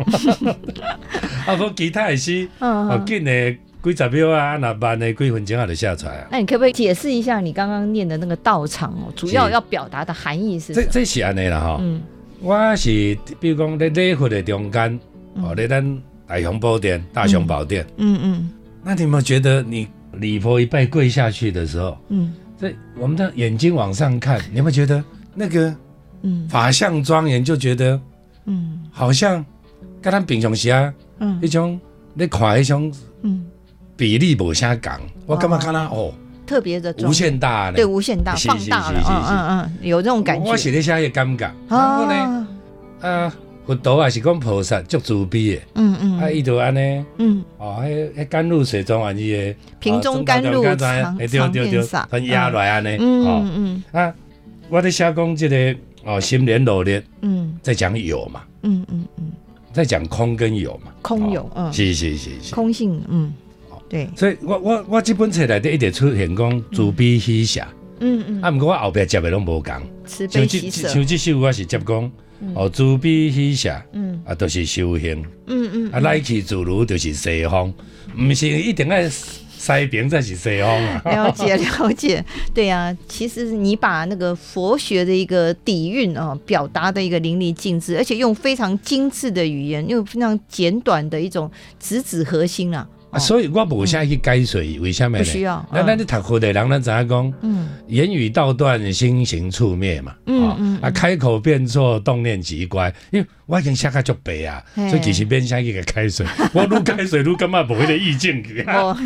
Speaker 2: 啊，无其他的诗，
Speaker 1: 嗯
Speaker 2: 哦，
Speaker 1: 嗯。
Speaker 2: 紧的几十秒啊，啊若慢的几分钟啊就写出来啊。
Speaker 1: 那你可不可以解释一下你刚刚念的那个道场哦，主要要表达的含义是什
Speaker 2: 这
Speaker 1: 么？
Speaker 2: 这是安尼啦吼，
Speaker 1: 嗯
Speaker 2: 我是比如讲咧礼佛的中间，哦，咧咱大雄宝殿、大雄宝殿，
Speaker 1: 嗯嗯
Speaker 2: 那你有没有觉得你礼佛一拜跪下去的时候，
Speaker 1: 嗯
Speaker 2: 这我们的眼睛往
Speaker 1: <laughs>
Speaker 2: 上看，你有没有觉得那个
Speaker 1: 嗯
Speaker 2: 法相庄严，就觉得
Speaker 1: 嗯
Speaker 2: 好像跟咱平常时啊，
Speaker 1: 嗯
Speaker 2: 迄种咧看迄种。
Speaker 1: 嗯，
Speaker 2: 比例无啥共，我感觉敢若哦，
Speaker 1: 特别的
Speaker 2: 无限大呢
Speaker 1: 对。无限大
Speaker 2: 是
Speaker 1: 放大了，
Speaker 2: 是是是
Speaker 1: 嗯嗯嗯，有这种感觉
Speaker 2: 我是咧写迄感觉，然后呢，
Speaker 1: 啊，
Speaker 2: 啊，佛陀也是讲菩萨足慈悲
Speaker 1: 嗯
Speaker 2: 的，啊，
Speaker 1: 嗯
Speaker 2: 伊就安尼，
Speaker 1: 嗯，
Speaker 2: 哦，迄迄甘露水庄园伊的
Speaker 1: 瓶中甘露
Speaker 2: 啊
Speaker 1: 常
Speaker 2: 哎对
Speaker 1: 常
Speaker 2: 对
Speaker 1: 遍
Speaker 2: 对
Speaker 1: 洒，
Speaker 2: 很压落来安尼，哦，
Speaker 1: 嗯嗯
Speaker 2: 啊，我咧写讲即个哦，心莲罗列
Speaker 1: 嗯
Speaker 2: 在讲有嘛，
Speaker 1: 嗯嗯嗯，
Speaker 2: 在讲空跟有嘛，
Speaker 1: 空
Speaker 2: 哦，
Speaker 1: 有，嗯，
Speaker 2: 是是是是。
Speaker 1: 空性，嗯
Speaker 2: 哦，
Speaker 1: 对，
Speaker 2: 所以我我我这本册内底一直出现讲慈悲喜舍，
Speaker 1: 嗯
Speaker 2: 啊，
Speaker 1: 嗯，
Speaker 2: 毋过我后壁接的拢无共。
Speaker 1: 慈悲
Speaker 2: 像
Speaker 1: 喜
Speaker 2: 即
Speaker 1: 舍，
Speaker 2: 像即首我是接讲，哦，慈悲喜舍
Speaker 1: 嗯
Speaker 2: 啊，都是修行，
Speaker 1: 嗯嗯，
Speaker 2: 啊，来去自如就是西方，毋是一定爱西边才是西方 <laughs> 啊。
Speaker 1: 了解 <laughs> 了解，对呀、啊，其实你把那个佛学的一个底蕴啊、表达的一个淋漓尽致，而且用非常精致的语言，用非常简短的一种直指核心啦、
Speaker 2: 啊，所以我无啥去解释，为什么
Speaker 1: 哦不需
Speaker 2: 呢？
Speaker 1: 要，
Speaker 2: 那咱咧读佛的人，咱知影讲？ <laughs>
Speaker 1: 嗯
Speaker 2: 言语道断，心行处灭嘛。
Speaker 1: 嗯
Speaker 2: 哦
Speaker 1: 嗯
Speaker 2: 啊，开口便错，动念即乖。因为我已经写较足白啊，
Speaker 1: 嘿
Speaker 2: 所以其实免写去个开水。我愈开水愈感觉无迄个
Speaker 1: <laughs>
Speaker 2: 意境去啊。
Speaker 1: 我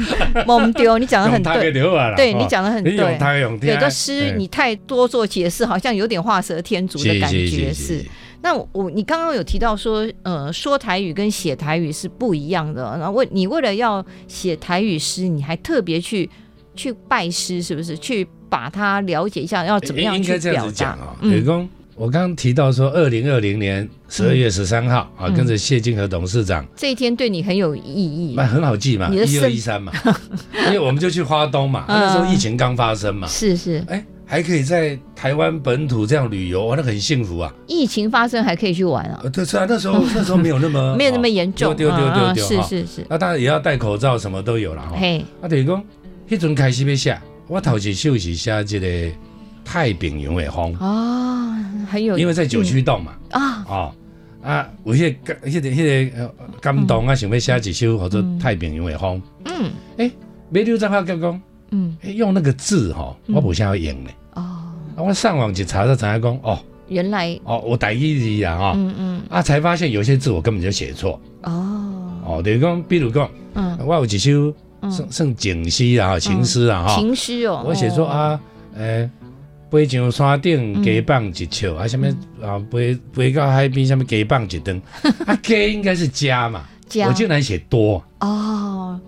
Speaker 1: 我们丢，你讲哦的很
Speaker 2: 用他
Speaker 1: 对
Speaker 2: 个，流啊啦，
Speaker 1: 对
Speaker 2: 哦
Speaker 1: 你讲得很
Speaker 2: 你用
Speaker 1: 对
Speaker 2: 他用听啊
Speaker 1: 有的诗你太多做解释，好像有点画蛇添足的感觉是。那我你刚刚有提到说，呃，说台语跟写台语是不一样的。然后为你为了要写台语诗，你还特别去去拜师，是不是？去把它了解一下，要怎么样
Speaker 2: 应
Speaker 1: 去
Speaker 2: 该这样
Speaker 1: 表
Speaker 2: 子
Speaker 1: 达
Speaker 2: 讲啊？。
Speaker 1: 嗯
Speaker 2: 李工，我刚刚提到说，二零二零年十二月十三号啊，
Speaker 1: 嗯
Speaker 2: 跟着谢金河董事长，
Speaker 1: 这一天对你很有意义
Speaker 2: 那。很好记嘛，
Speaker 1: 嗯你的
Speaker 2: 一
Speaker 1: 生
Speaker 2: 二一三嘛， <laughs> 因为我们就去花东嘛，
Speaker 1: 嗯
Speaker 2: 那时候疫情刚发生嘛，
Speaker 1: 是是，
Speaker 2: 哎，还可以在台湾本土这样旅游，哇，那很幸福啊。
Speaker 1: 疫情发生还可以去玩啊，
Speaker 2: 呃，对，是啊，那时
Speaker 1: <laughs>
Speaker 2: 候那时候没有那么
Speaker 1: 没有那么严重。
Speaker 2: 哦对对对
Speaker 1: 嗯嗯
Speaker 2: 对对，
Speaker 1: 是
Speaker 2: 哈哦
Speaker 1: 是是，
Speaker 2: 那当然也要戴口罩，什么都有了哈。
Speaker 1: 嘿，
Speaker 2: 啊，就是讲，迄阵开始要写，我头一首是写这个太平洋的风，
Speaker 1: 哦，很有，
Speaker 2: 因为在九区洞嘛，
Speaker 1: 嗯啊，
Speaker 2: 哦，啊，有迄、个感、迄、个、迄、个呃感动啊，想要写一首叫做《太平洋的风》。
Speaker 1: 嗯
Speaker 2: 没留张话讲讲，
Speaker 1: 嗯，
Speaker 2: 诶哎用那个字吼、
Speaker 1: 嗯
Speaker 2: 我无啥会用咧。
Speaker 1: 哦，
Speaker 2: 啊，我上网一查才知影讲，哦
Speaker 1: 原来，
Speaker 2: 哦，我打一字啊哈，
Speaker 1: 嗯嗯，
Speaker 2: 啊，才发现有些字我根本就写错。
Speaker 1: 哦，
Speaker 2: 哦，就是讲，比如讲，
Speaker 1: 嗯
Speaker 2: 我有一首
Speaker 1: 嗯，
Speaker 2: 算算景诗啊、情诗啊哈，
Speaker 1: 情诗哦，
Speaker 2: 我写说
Speaker 1: 哦，
Speaker 2: 啊，诶，飞上山顶
Speaker 1: 嗯
Speaker 2: 鸡棒一笑，啊，什么啊，飞飞到海边什么鸡棒一顿，啊， <laughs> 鸡应该是家嘛，
Speaker 1: 家
Speaker 2: 我竟然写多，
Speaker 1: 哦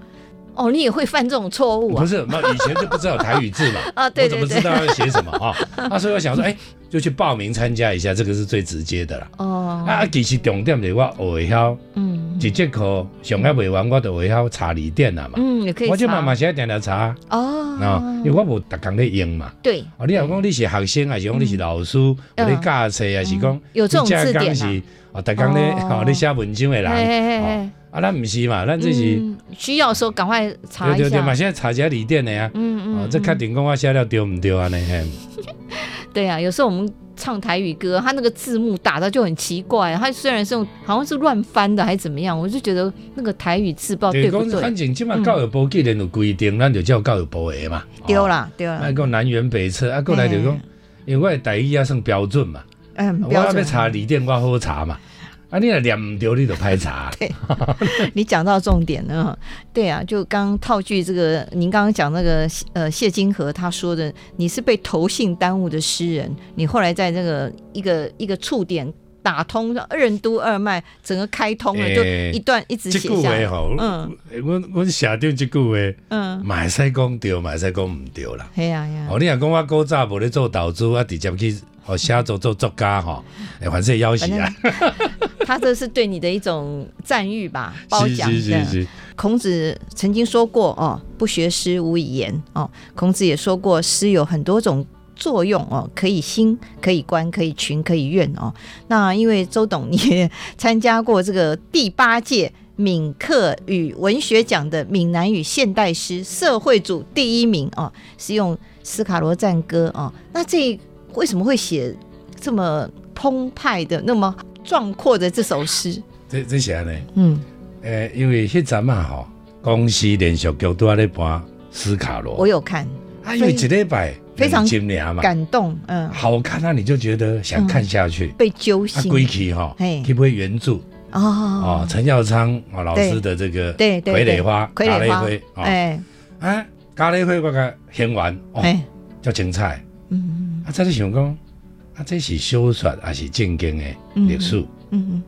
Speaker 1: 哦，你也会犯这种错误
Speaker 2: 不
Speaker 1: 啊？
Speaker 2: 是，那以前就不知道台语字嘛，
Speaker 1: 啊，<laughs>
Speaker 2: 我
Speaker 1: 对
Speaker 2: 怎
Speaker 1: 对
Speaker 2: 么知
Speaker 1: 对，
Speaker 2: 道要写什么啊？啊，所以我想说，哎，就去报名参加一下，这个是最直接的啦。
Speaker 1: 哦，
Speaker 2: 啊，其实重点是我学会晓，
Speaker 1: 嗯
Speaker 2: 一节课上课未完，我就会晓查字典啊嘛。
Speaker 1: 嗯，也可以查，
Speaker 2: 我就慢慢写定定查啊，因为
Speaker 1: 哦，
Speaker 2: 我无逐工咧用嘛。
Speaker 1: 对，
Speaker 2: 啊，你若讲你是学生，还是讲你是老师，有咧教册，还是讲
Speaker 1: 嗯有这种字典啊
Speaker 2: 是啊，逐工咧
Speaker 1: 哦
Speaker 2: 吼咧写文章的
Speaker 1: 嘿
Speaker 2: 人，
Speaker 1: 嘿
Speaker 2: 哦
Speaker 1: 嘿，
Speaker 2: 啊，咱毋是嘛，咱这是
Speaker 1: 嗯需要的时候赶快嗯查一
Speaker 2: 对对，
Speaker 1: 下
Speaker 2: 嘛，，现在查一下字典的啊，
Speaker 1: 嗯
Speaker 2: 哦
Speaker 1: 嗯，，
Speaker 2: 这
Speaker 1: 嗯
Speaker 2: 确定讲我写了对毋对安尼嘿。
Speaker 1: 对啊，有时候我们唱台语歌，它那个字幕打的就很奇怪，它虽然是用好像是乱翻的还是怎么样，我就觉得那个台语字不知道哦对
Speaker 2: 对，
Speaker 1: 不
Speaker 2: 讲
Speaker 1: 对
Speaker 2: 反？正即嘛教育部既然有规定，咱就照教育部的嘛。
Speaker 1: 丢啦丢
Speaker 2: 啊，
Speaker 1: 啦，
Speaker 2: 讲南辕北辙，啊，过来就讲
Speaker 1: 哎，
Speaker 2: 因为我的台语也算标准嘛，
Speaker 1: 嗯，
Speaker 2: 我
Speaker 1: 标
Speaker 2: 要要
Speaker 1: 准。
Speaker 2: 查字典，我好查嘛。啊，你若念毋对，你就歹
Speaker 1: <laughs>
Speaker 2: 查。
Speaker 1: 你讲到重点了，对啊，就刚套句这个，您刚刚讲那个呃谢金河他说的，你是被投信耽误的诗人，你后来在那个一个一个触点打通任督二脉，整个开通了，就
Speaker 2: 哎
Speaker 1: 一段一直
Speaker 2: 即
Speaker 1: 写
Speaker 2: 句
Speaker 1: 下
Speaker 2: 话
Speaker 1: 来。
Speaker 2: 吼，
Speaker 1: 嗯
Speaker 2: 阮阮写着即句话，
Speaker 1: 嗯，
Speaker 2: 嘛会使讲对，嘛会使讲毋对啦。
Speaker 1: 嘿呀呀，
Speaker 2: 哦，你若讲我古早无咧做投资，啊，直接去哦写作做作家吼，哎，反正枵死啊。
Speaker 1: 他这是对你的一种赞誉吧，褒
Speaker 2: <laughs> 是
Speaker 1: 奖
Speaker 2: 是
Speaker 1: 这
Speaker 2: 是
Speaker 1: 样
Speaker 2: 是，
Speaker 1: 孔子曾经说过哦，不学诗无以言哦。孔子也说过，诗有很多种作用哦，可以兴，可以观，可以群，可以怨哦。那因为周董你也参加过这个第八届。闽客语文学奖的闽南语现代诗社会组第一名哦，是用斯卡罗赞歌哦。那这为什么会写这么澎湃的、那么壮阔的这首诗？
Speaker 2: 这这是安尼。
Speaker 1: 嗯，
Speaker 2: 诶，因为迄阵啊吼，公司连续剧都咧播斯卡罗
Speaker 1: 我，有看，
Speaker 2: 啊，因为一礼拜
Speaker 1: 非常
Speaker 2: 精良嘛，
Speaker 1: 感动，嗯。
Speaker 2: 好看啊，你就觉得想看下去。
Speaker 1: 被揪
Speaker 2: 啊，
Speaker 1: 心
Speaker 2: 归期哈，
Speaker 1: 嗯嘿
Speaker 2: 会不会原著哦
Speaker 1: 哦？
Speaker 2: 陈耀昌啊老
Speaker 1: 对
Speaker 2: 师的这个《
Speaker 1: 对对
Speaker 2: 傀儡花》
Speaker 1: 傀儡
Speaker 2: 打了一
Speaker 1: 花
Speaker 2: 回，啊
Speaker 1: 哎，
Speaker 2: 啊，咖喱火锅甲还原，哦，
Speaker 1: 哎，
Speaker 2: 足精彩。
Speaker 1: 嗯
Speaker 2: 啊，才咧想讲，啊，这是小说还是正经的
Speaker 1: 嗯
Speaker 2: 历史？
Speaker 1: 嗯嗯，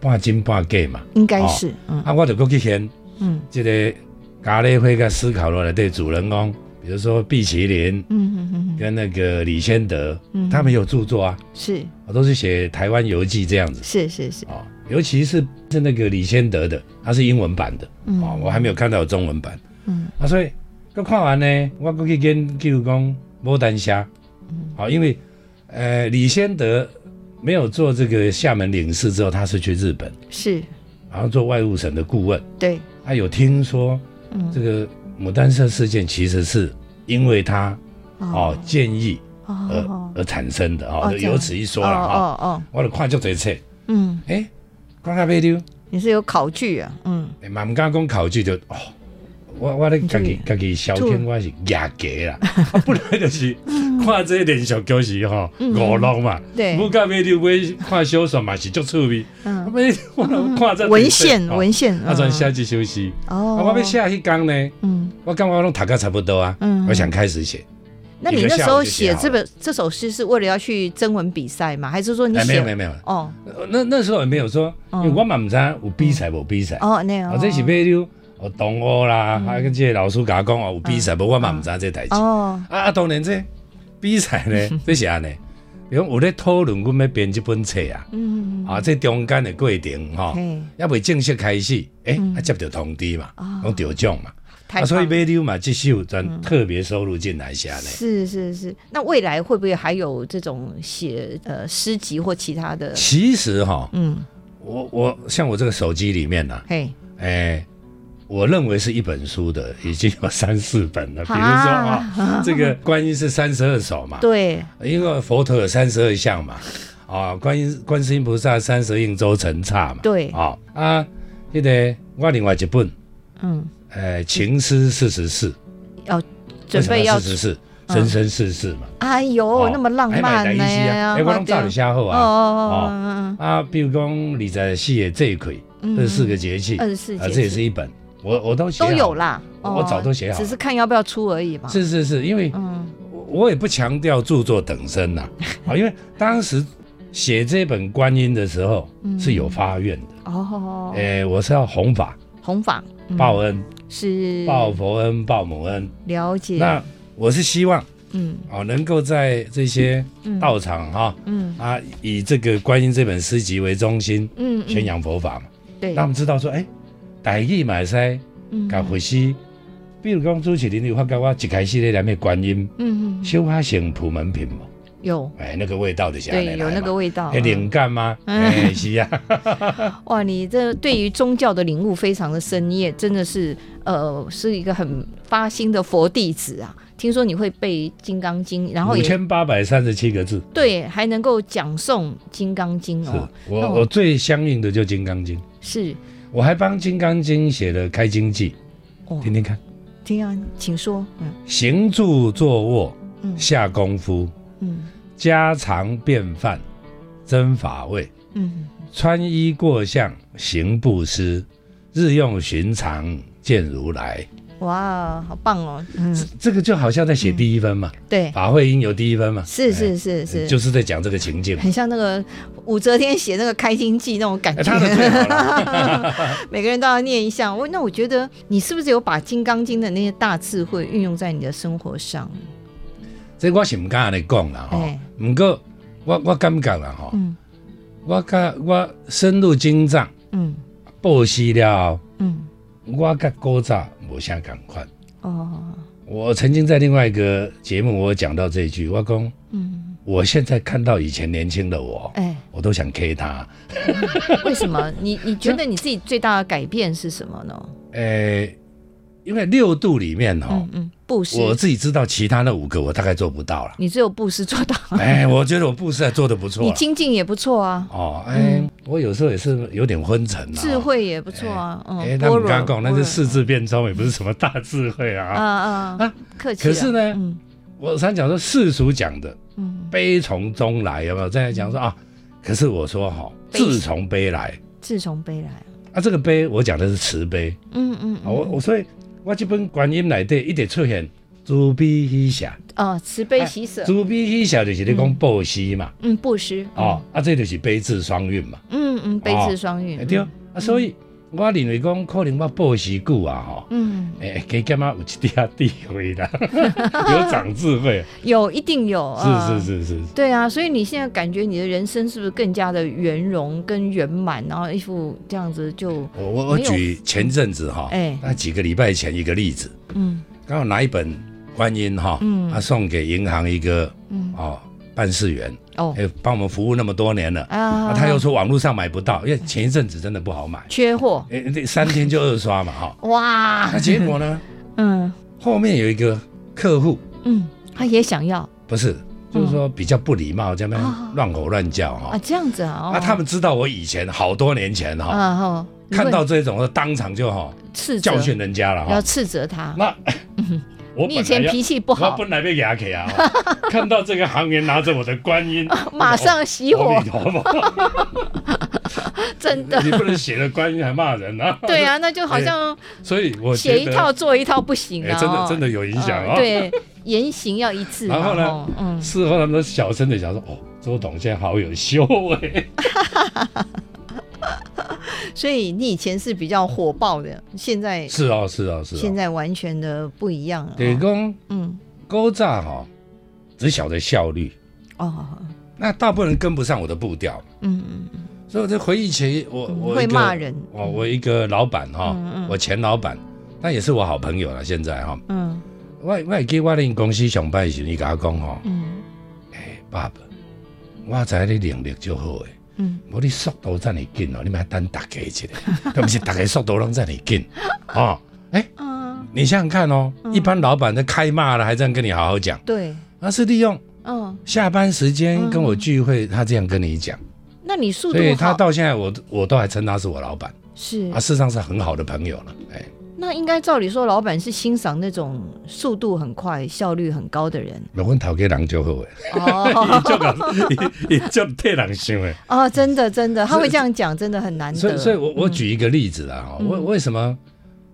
Speaker 2: 半真半假嘛。
Speaker 1: 应该是，嗯
Speaker 2: 啊，我就过去现
Speaker 1: 嗯
Speaker 2: 即个咖喱会甲思考落来对主人公，比如说毕麒麟
Speaker 1: 嗯嗯嗯，
Speaker 2: 跟那个李先德，
Speaker 1: 嗯
Speaker 2: 他们有著作啊，
Speaker 1: 是
Speaker 2: 我都是写台湾游记这样子
Speaker 1: 是是是，
Speaker 2: 哦。尤其是是那个李先德的，他是英文版的
Speaker 1: 嗯
Speaker 2: 哦，我还没有看到有中文版
Speaker 1: 嗯
Speaker 2: 啊，所以我看完呢，我过去研究讲牡丹虾，
Speaker 1: 嗯
Speaker 2: 好、哦因为呃李先德没有做这个厦门领事之后，他是去日本，
Speaker 1: 是，
Speaker 2: 然后做外务省的顾问，
Speaker 1: 对，
Speaker 2: 他有听说
Speaker 1: 嗯
Speaker 2: 这个牡丹社事件其实是因为他哦
Speaker 1: 哦
Speaker 2: 建议而
Speaker 1: 哦
Speaker 2: 而产生的
Speaker 1: 哦
Speaker 2: 哦，
Speaker 1: 这样
Speaker 2: 由此一
Speaker 1: 哦
Speaker 2: 呃说了哈。
Speaker 1: 哦哦，
Speaker 2: 我就看足侪册，
Speaker 1: 嗯，
Speaker 2: 诶，看咖啡丢，
Speaker 1: 你是有考据啊，嗯，
Speaker 2: 诶嘛毋敢讲考据就哦，我我咧家己
Speaker 1: 你
Speaker 2: 家己消遣我是牙格啦，啊本来就是看这连续剧是吼
Speaker 1: 嗯
Speaker 2: 五六嘛，
Speaker 1: 对
Speaker 2: 不咖啡丢买看小说嘛是足趣味，
Speaker 1: 嗯，
Speaker 2: 啊要我看这
Speaker 1: 文献
Speaker 2: 哦
Speaker 1: 文献，
Speaker 2: 啊
Speaker 1: 嗯
Speaker 2: 专写一首诗，
Speaker 1: 哦
Speaker 2: 啊，我要写迄工呢，
Speaker 1: 嗯，
Speaker 2: 我感觉我拢读个差不多啊
Speaker 1: 嗯，
Speaker 2: 我想开始写。
Speaker 1: 那你
Speaker 2: 一个
Speaker 1: 那
Speaker 2: 下
Speaker 1: 时
Speaker 2: 午
Speaker 1: 候
Speaker 2: 就写
Speaker 1: 写
Speaker 2: 好
Speaker 1: 这
Speaker 2: 了
Speaker 1: 本这首诗是为了要去征文比赛吗？还是说你
Speaker 2: 哎，没
Speaker 1: 写
Speaker 2: 有没有没有，
Speaker 1: 哦
Speaker 2: 呃那那时候也没有说，因为我嘛不知道有比赛无比赛，哦，
Speaker 1: 哦那样哦，
Speaker 2: 这是比如哦同学啦，
Speaker 1: 嗯
Speaker 2: 啊跟这些老师甲我讲哦有比赛，无我嘛
Speaker 1: 嗯
Speaker 2: 不知道这代志。啊
Speaker 1: 哦，
Speaker 2: 啊，当然这 <laughs> 比
Speaker 1: <laughs>
Speaker 2: 赛呢，这是安尼，比如有咧讨论阮要编这本册啊，
Speaker 1: 嗯，
Speaker 2: 啊这中间的过程吼，
Speaker 1: 嘿，
Speaker 2: 还未正式开始，诶，
Speaker 1: 嗯
Speaker 2: 啊接到通知嘛
Speaker 1: 哦，嗯
Speaker 2: 讲得奖嘛，
Speaker 1: 太
Speaker 2: 啊所以
Speaker 1: 棒了
Speaker 2: 比如嘛这首专特别收录进来是安尼。
Speaker 1: 是是是，那未来会不会还有这种写呃诗集或其他的？
Speaker 2: 其实哈，
Speaker 1: 嗯，
Speaker 2: 我我像我这个手机里面呢，
Speaker 1: 嘿，
Speaker 2: 哎、我认为是一本书的已经有三四本了。比如说啊、
Speaker 1: <laughs>
Speaker 2: 这个观音是三十二首嘛，
Speaker 1: 对，
Speaker 2: 因为佛陀有三十二相嘛，啊，观音观世音菩萨三十应周成刹嘛，
Speaker 1: 对
Speaker 2: 啊啊，那个我另外一本，
Speaker 1: 嗯，
Speaker 2: 呃，情诗四十四，
Speaker 1: 准备要
Speaker 2: 四十
Speaker 1: 出，
Speaker 2: 四，
Speaker 1: 嗯
Speaker 2: 生生世世嘛，
Speaker 1: 哎呦，
Speaker 2: 哦
Speaker 1: 那么浪漫呢
Speaker 2: 哎、啊，哎，我拢照你写好
Speaker 1: 哦
Speaker 2: 啊。
Speaker 1: 哦哦，
Speaker 2: 啊，比如讲你在戏的这一块，
Speaker 1: 嗯
Speaker 2: 二十四个节气，
Speaker 1: 二十四
Speaker 2: 啊，这也
Speaker 1: 节
Speaker 2: 是
Speaker 1: 气
Speaker 2: 一本，我我都写
Speaker 1: 都
Speaker 2: 好
Speaker 1: 有
Speaker 2: 了。
Speaker 1: 啦，
Speaker 2: 我
Speaker 1: 哦
Speaker 2: 早都写好
Speaker 1: 只
Speaker 2: 了
Speaker 1: 是看要不要出而已嘛。
Speaker 2: 是是是，因为
Speaker 1: 嗯，
Speaker 2: 我我也不强调著作等身
Speaker 1: <laughs>
Speaker 2: 呐、啊，因为当时写这本《观音》的时候
Speaker 1: 嗯
Speaker 2: 是有发愿的，
Speaker 1: 哦，
Speaker 2: 诶、我是要弘法、
Speaker 1: 弘法嗯
Speaker 2: 报恩、
Speaker 1: 是
Speaker 2: 报佛恩、报母恩。
Speaker 1: 了解，
Speaker 2: 那我是希望
Speaker 1: 嗯
Speaker 2: 哦，能够在这些道场哈、
Speaker 1: 嗯
Speaker 2: 啊，以这个《观音》这本诗集为中心
Speaker 1: 嗯，嗯
Speaker 2: 宣扬佛法嘛，
Speaker 1: 对，
Speaker 2: 让他们知道说，哎，大义买塞
Speaker 1: 嗯
Speaker 2: 甲佛师，比如讲朱启林有发觉我一开始咧念的观音，
Speaker 1: 嗯嗯嗯
Speaker 2: 小可像普门品嘛，
Speaker 1: 有
Speaker 2: 哎，那个味道就是安尼
Speaker 1: 对有
Speaker 2: 来
Speaker 1: 那
Speaker 2: 嘛
Speaker 1: 个味道
Speaker 2: 哎，，灵
Speaker 1: 嗯
Speaker 2: 感吗？
Speaker 1: 嗯
Speaker 2: 哎，是啊，
Speaker 1: 哇，你这对于宗教的领悟非常的深，你也真的是呃是一个很发心的佛弟子啊。听说你会背《金刚经》， <laughs> 然后
Speaker 2: 五
Speaker 1: 也
Speaker 2: 千八百三十七个字。
Speaker 1: 对，还能够讲诵《金刚经》
Speaker 2: 是
Speaker 1: 哦，那
Speaker 2: 我
Speaker 1: 我
Speaker 2: 我最相应的就《金刚经》，
Speaker 1: 是
Speaker 2: 我还帮《金刚经》写了《开经记
Speaker 1: 哦》，，
Speaker 2: 听听看。
Speaker 1: 听啊，请说，嗯
Speaker 2: 行住坐卧
Speaker 1: 嗯
Speaker 2: 下功夫，
Speaker 1: 嗯
Speaker 2: 家常便饭增法味，
Speaker 1: 嗯，
Speaker 2: 穿衣过相行布施，日用寻常见如来。
Speaker 1: 哇，好棒哦，嗯，
Speaker 2: 这个就好像在写第一分嘛，
Speaker 1: 对，
Speaker 2: 法会应有第一分嘛，
Speaker 1: 嗯哎是
Speaker 2: 哎
Speaker 1: 是是是，
Speaker 2: 就是在讲这个
Speaker 1: <laughs>
Speaker 2: 情境嘛。
Speaker 1: 很像那个武则天写那个《开心记》那种感
Speaker 2: 哎
Speaker 1: 觉
Speaker 2: 他，的最好了，
Speaker 1: 每个人都要念一下。我那我觉得你是不是有把《金刚经》的那些大智慧运用在你的生活上？
Speaker 2: 这我是唔敢安尼讲啦吼
Speaker 1: 哎。
Speaker 2: 唔过我我感觉啦吼，
Speaker 1: 嗯
Speaker 2: 我甲我深入经藏
Speaker 1: 嗯
Speaker 2: 剖析了后，
Speaker 1: 嗯，
Speaker 2: 我甲古早无啥共款。
Speaker 1: 哦，
Speaker 2: 我曾经在另外一个节目，我有讲到这句，我讲
Speaker 1: 嗯，
Speaker 2: 我现在看到以前年轻的我，
Speaker 1: 哎，
Speaker 2: 我都想 K 他。
Speaker 1: 为什么？ <laughs> 你你觉得你自己最大的改变是什么呢？
Speaker 2: 诶、因为六度里面哈、
Speaker 1: 嗯嗯，布施，
Speaker 2: 哦我自己知道其他那五个我大概做不到了
Speaker 1: <laughs> 。你只有布施做
Speaker 2: <laughs>
Speaker 1: 到，
Speaker 2: 哎，我觉得我布施还做得不错
Speaker 1: 你
Speaker 2: 啦。
Speaker 1: 精进也不错啊，
Speaker 2: 哦，哎，我有时候也是有点昏沉啊。
Speaker 1: 智慧也不错啊，嗯，
Speaker 2: 哎，他
Speaker 1: 般
Speaker 2: 们
Speaker 1: 若
Speaker 2: 刚讲那是，
Speaker 1: 般
Speaker 2: 四字变通，也不是什么大智慧
Speaker 1: 若
Speaker 2: 啊。
Speaker 1: 啊啊
Speaker 2: 啊，
Speaker 1: 客气了。
Speaker 2: 可是呢
Speaker 1: 嗯
Speaker 2: 我常讲说世俗讲的
Speaker 1: 嗯，
Speaker 2: 悲从中来，有没有？在讲说啊，可是我说哈，
Speaker 1: 悲
Speaker 2: 自从悲来
Speaker 1: 自从悲来，
Speaker 2: 啊，这个悲我讲的是慈悲
Speaker 1: 嗯嗯，
Speaker 2: 啊，
Speaker 1: 嗯
Speaker 2: 我我所以我这本观音内底一直出现慈悲喜舍，
Speaker 1: 哦，慈悲喜舍，
Speaker 2: 慈悲喜舍哎就是咧讲布施嘛，
Speaker 1: 嗯，布施，
Speaker 2: 哦，啊，这就是悲智双运嘛，
Speaker 1: 嗯嗯，悲智双运，
Speaker 2: 欸对，啊，所以我认为讲可能我布施久啊，吼。
Speaker 1: 嗯，
Speaker 2: 哎、加减啊，有一点地位
Speaker 1: <laughs>
Speaker 2: 啦，有长智慧，
Speaker 1: 有一定有，啊
Speaker 2: 是是是是，
Speaker 1: 对啊，所以你现在感觉你的人生是不是更加的圆融跟圆满，然后一副这样子就，
Speaker 2: 我我我
Speaker 1: 没有
Speaker 2: 举前阵子哈，
Speaker 1: 哎
Speaker 2: 那几个礼拜前一个例子，
Speaker 1: 嗯
Speaker 2: 刚好拿一本《观音》哈，
Speaker 1: 嗯
Speaker 2: 他送给银行一个
Speaker 1: 嗯，
Speaker 2: 哦办事员，
Speaker 1: 哦
Speaker 2: 哎，帮我们服务那么多年了，
Speaker 1: 啊哦
Speaker 2: 啊，他又说网络上买不到，因为前一阵子真的不好买，
Speaker 1: 缺货，
Speaker 2: 哎，那三天就二刷嘛哈，
Speaker 1: 哇
Speaker 2: 那，结
Speaker 1: <laughs>
Speaker 2: 果呢，
Speaker 1: 嗯
Speaker 2: 后面有一个客户
Speaker 1: 嗯，他也想要
Speaker 2: 不是，就是说比较不礼貌，这
Speaker 1: 哦啊
Speaker 2: 样乱吼乱叫哈
Speaker 1: 啊，，这样子啊，哦
Speaker 2: 啊，他们知道我以前好多年前哈。
Speaker 1: 啊哦，
Speaker 2: 看到这种，当场就哈
Speaker 1: 斥责
Speaker 2: 教训人家了
Speaker 1: 要
Speaker 2: 哈。
Speaker 1: 斥责他，
Speaker 2: 那我
Speaker 1: 你
Speaker 2: 本
Speaker 1: 以
Speaker 2: 来
Speaker 1: 前
Speaker 2: 要
Speaker 1: 脾气不
Speaker 2: 我
Speaker 1: 好，
Speaker 2: 本来被牙给啊， <laughs> 哈看到这个行员拿着我的观音，
Speaker 1: 马上熄
Speaker 2: 我
Speaker 1: 火
Speaker 2: 阿弥，陀 <laughs> 佛，
Speaker 1: 真的。
Speaker 2: 你不能写了观音还骂人 <laughs> 啊。
Speaker 1: 对啊，那就好
Speaker 2: 哎
Speaker 1: 像
Speaker 2: 所以我觉
Speaker 1: 写
Speaker 2: 得
Speaker 1: 一套做一套不行
Speaker 2: 哎
Speaker 1: 啊、
Speaker 2: 真
Speaker 1: 哦
Speaker 2: 的真的有影响啊。
Speaker 1: 嗯，对，言行要一致嘛。
Speaker 2: 然后呢
Speaker 1: 哦嗯，
Speaker 2: 事后他们都小声的讲说：“哦，周董现在好有修为。
Speaker 1: 所以你以前是比较火爆的，现在”
Speaker 2: <laughs> 是哦，是哦，是
Speaker 1: 现
Speaker 2: 哦。
Speaker 1: 在完全的不一样了、
Speaker 2: 对
Speaker 1: 哦。
Speaker 2: 公
Speaker 1: 嗯，
Speaker 2: 勾诈哈，只晓得效率，
Speaker 1: 哦，
Speaker 2: 那大部分人跟不上我的步调。
Speaker 1: 嗯嗯嗯
Speaker 2: 所以我在回忆起我
Speaker 1: 嗯
Speaker 2: 我
Speaker 1: 会
Speaker 2: 一个
Speaker 1: 骂人
Speaker 2: 我我一个老板哈
Speaker 1: 嗯嗯，
Speaker 2: 我前老板，但也是我好朋友了。现在哈，
Speaker 1: 嗯
Speaker 2: 我我会记我恁公司上班的时候，伊甲我讲吼，
Speaker 1: 嗯
Speaker 2: 哎，爸爸，我知你能力就好诶，
Speaker 1: 嗯，
Speaker 2: 无你速度真系紧哦，你咪等大家一下，咁不是大家速度拢真系紧哦。哎，
Speaker 1: 啊，
Speaker 2: 你想想看哦，一般老板在开骂了，还这样跟你好好讲，
Speaker 1: 对，
Speaker 2: 而是利用
Speaker 1: 嗯，
Speaker 2: 下班时间
Speaker 1: 嗯
Speaker 2: 跟我聚会，他这样跟你讲，
Speaker 1: 那你速度
Speaker 2: 所以他
Speaker 1: 好
Speaker 2: 到现在我我都还称他是我老板。
Speaker 1: 是
Speaker 2: 啊，事实上是很好的朋友了。哎，
Speaker 1: 那应该照理说，老板是欣赏那种速度很快、效率很高的人
Speaker 2: 问头家人就好 <laughs> 诶，
Speaker 1: 哦 <laughs>
Speaker 2: 伊就伊伊就替人想诶。
Speaker 1: 哦，真的真的，他会这样讲，真的很难得。
Speaker 2: 所以，所以我我
Speaker 1: 嗯
Speaker 2: 举一个例子啦，哈、
Speaker 1: 嗯
Speaker 2: 为为什么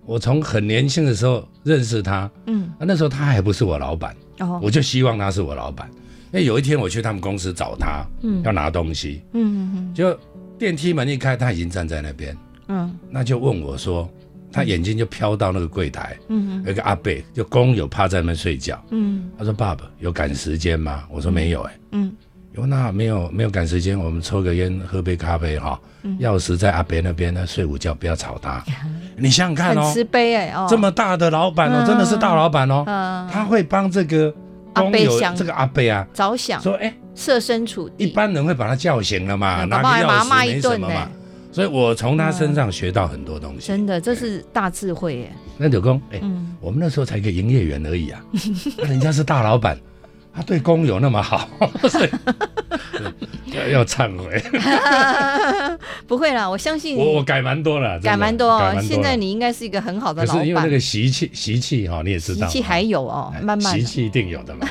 Speaker 2: 我从很年轻的时候认识他，啊
Speaker 1: 嗯
Speaker 2: 那时候他还不是我老板，
Speaker 1: 哦
Speaker 2: 我就希望他是我老板。因为有一天我去他们公司找他，
Speaker 1: 嗯
Speaker 2: 要拿东西，
Speaker 1: 嗯嗯
Speaker 2: 就电梯门一开，他已经站在那边，
Speaker 1: 嗯
Speaker 2: 那就问我说，他眼睛就飘到那个柜台，
Speaker 1: 嗯
Speaker 2: 有一个阿伯就工友趴在那边睡觉，
Speaker 1: 嗯
Speaker 2: 他说：“爸爸有赶时间吗？”我说：“没有、欸。”
Speaker 1: 嗯
Speaker 2: 有那没有没有赶时间，我们抽个烟，喝杯咖啡哈。
Speaker 1: 嗯
Speaker 2: 钥匙在阿伯那边呢，睡午觉不要吵
Speaker 1: <laughs>
Speaker 2: 他。
Speaker 1: 嗯，
Speaker 2: 你想想看
Speaker 1: 很
Speaker 2: 哦，
Speaker 1: 慈悲哎哦，
Speaker 2: 这么大的老板哦，
Speaker 1: 嗯
Speaker 2: 真的是大老板哦，
Speaker 1: 嗯
Speaker 2: 他会帮这个工
Speaker 1: 阿
Speaker 2: 友
Speaker 1: 伯想
Speaker 2: 这个阿伯啊，
Speaker 1: 着想，
Speaker 2: 说哎，
Speaker 1: 设身处地，
Speaker 2: 一般人会把他叫醒了嘛，
Speaker 1: 嗯
Speaker 2: 拿
Speaker 1: 搞不好还
Speaker 2: 个
Speaker 1: 把
Speaker 2: 钥
Speaker 1: 他骂
Speaker 2: 匙
Speaker 1: 一
Speaker 2: 没
Speaker 1: 顿
Speaker 2: 什么嘛
Speaker 1: 呢。嗯
Speaker 2: 所以我从他身上学到很多东西。
Speaker 1: 真的这是大智慧哎，
Speaker 2: 那柳工，哎，
Speaker 1: 嗯
Speaker 2: 我们那时候才个营业员而
Speaker 1: <laughs>
Speaker 2: 已啊，那人家是大老板，他对工友那么好， <laughs>
Speaker 1: <laughs>
Speaker 2: 所以要要忏悔。
Speaker 1: 不会啦，我相信
Speaker 2: 我我
Speaker 1: 你
Speaker 2: 改蛮多了，真的
Speaker 1: 改蛮多
Speaker 2: 改
Speaker 1: 哦，
Speaker 2: 蛮
Speaker 1: 现在
Speaker 2: 了
Speaker 1: 你应该是一个很好的
Speaker 2: 可
Speaker 1: 老
Speaker 2: 是因为那
Speaker 1: 板，
Speaker 2: 个习气习气哦哈，你也知
Speaker 1: 习
Speaker 2: 道，
Speaker 1: 气还有哦
Speaker 2: 哎，
Speaker 1: 慢慢
Speaker 2: 习
Speaker 1: 的。
Speaker 2: 气一定有的
Speaker 1: <laughs>
Speaker 2: 嘛，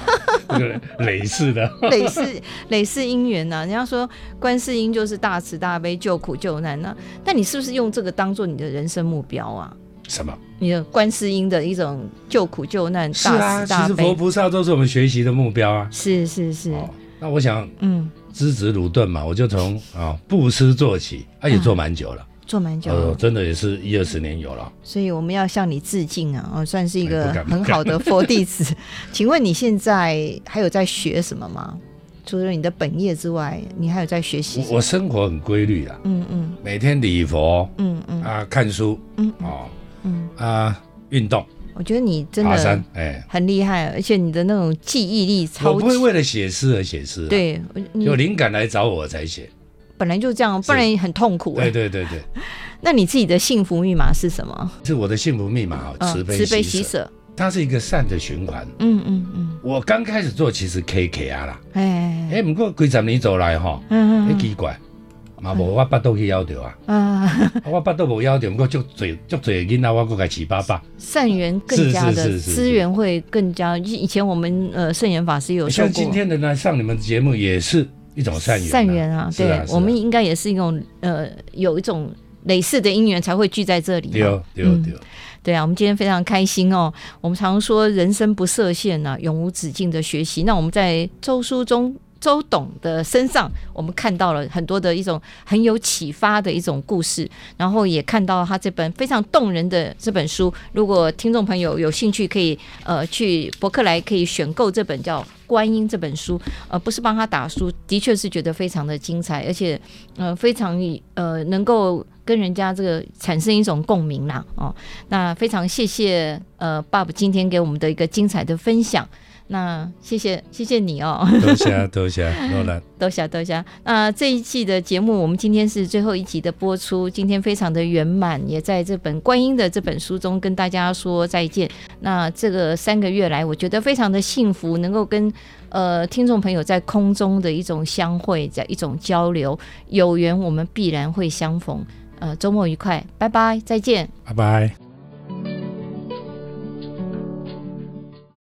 Speaker 2: 那个累世的，
Speaker 1: 累世 <laughs> 累世姻缘啊呐、人家说观世音就是大慈大悲，救苦救难呐、那你是不是用这个当做你的人生目标啊？
Speaker 2: 什么
Speaker 1: 你的观世音的一种救苦救难、
Speaker 2: 是
Speaker 1: 大
Speaker 2: 啊？
Speaker 1: 慈
Speaker 2: 其
Speaker 1: 大
Speaker 2: 实佛
Speaker 1: 悲，
Speaker 2: 菩萨都是我们学习的目标啊。
Speaker 1: 是是是，
Speaker 2: 哦，那我想
Speaker 1: 嗯，
Speaker 2: 资质鲁顿嘛，我就从啊布施做起，啊也做蛮久了，
Speaker 1: 做蛮久了
Speaker 2: 呃，真的也是一二十年有了。
Speaker 1: 所以我们要向你致敬啊！哦，算是一
Speaker 2: 哎
Speaker 1: 个
Speaker 2: 不敢不
Speaker 1: 很好的佛弟子。请问你现在还有在学什么吗？除了你的本业之外，你还有在学习什
Speaker 2: 我
Speaker 1: 么？
Speaker 2: 我生活很规律啊，
Speaker 1: 嗯嗯
Speaker 2: 每天礼佛
Speaker 1: 嗯嗯
Speaker 2: 啊，看书
Speaker 1: 嗯嗯
Speaker 2: 哦
Speaker 1: 嗯，
Speaker 2: 啊，运动
Speaker 1: 我觉得你真
Speaker 2: 爬
Speaker 1: 的
Speaker 2: 山，哎，
Speaker 1: 很厉害，而且你的那种记忆力
Speaker 2: 我
Speaker 1: 超
Speaker 2: 不
Speaker 1: 级
Speaker 2: 会为了写诗而写诗啊，
Speaker 1: 对，我你
Speaker 2: 有灵感来找我才写。
Speaker 1: 本来就这样，
Speaker 2: 是
Speaker 1: 不然很痛苦哎
Speaker 2: 对。对对对，
Speaker 1: 那你自己的幸福密码是什么？
Speaker 2: 是我的幸福密码哦，
Speaker 1: 嗯
Speaker 2: 慈悲
Speaker 1: 慈悲
Speaker 2: 喜
Speaker 1: 喜
Speaker 2: 舍，
Speaker 1: 舍。
Speaker 2: 它是一个善的循环。
Speaker 1: 嗯嗯嗯，
Speaker 2: 我刚开始做其实 K K 啊啦，
Speaker 1: 哎，
Speaker 2: 哎，不过几十年走来吼，
Speaker 1: 嗯
Speaker 2: 很
Speaker 1: 嗯
Speaker 2: 奇怪，嘛无我巴肚去枵
Speaker 1: <laughs>
Speaker 2: 着啊，
Speaker 1: 嗯啊，
Speaker 2: 啊我巴肚无枵着，不过足侪足侪囡仔我搁甲饲爸爸，
Speaker 1: 善缘更加
Speaker 2: 是是
Speaker 1: 的
Speaker 2: 是是是
Speaker 1: 资源会更加。以以前我们呃圣严法师有说
Speaker 2: 像
Speaker 1: 过，
Speaker 2: 今天的来上你们节目也是一种善缘，
Speaker 1: 善缘啊，
Speaker 2: 是
Speaker 1: 对
Speaker 2: 啊，是啊
Speaker 1: 我们应该也是一种呃有一种类似的因缘才会聚在这里嘛。
Speaker 2: 对对哦
Speaker 1: 嗯
Speaker 2: 对，
Speaker 1: 对啊，我们今天非常开心哦。我们常说人生不设限呐、永无止境的学习。那我们在周书中。周董的身上，我们看到了很多的一种很有启发的一种故事，然后也看到他这本非常动人的这本书。如果听众朋友有兴趣，可以呃去博客来可以选购这本叫《观音》这本书，呃，不是帮他打书，的确是觉得非常的精彩，而且呃非常呃能够跟人家这个产生一种共鸣啦哦。那非常谢谢呃 Bob 今天给我们的一个精彩的分享，那谢谢谢谢你哦， <laughs>
Speaker 2: 多谢啊多谢，罗兰，
Speaker 1: 多谢多谢。那这一季的节目，我们今天是最后一集的播出，今天非常的圆满，也在这本《观音》的这本书中跟大家说再见。那这个三个月来，我觉得非常的幸福，能够跟呃听众朋友在空中的一种相会，在一种交流，有缘我们必然会相逢。呃，周末愉快，拜拜，再见。
Speaker 2: 拜拜。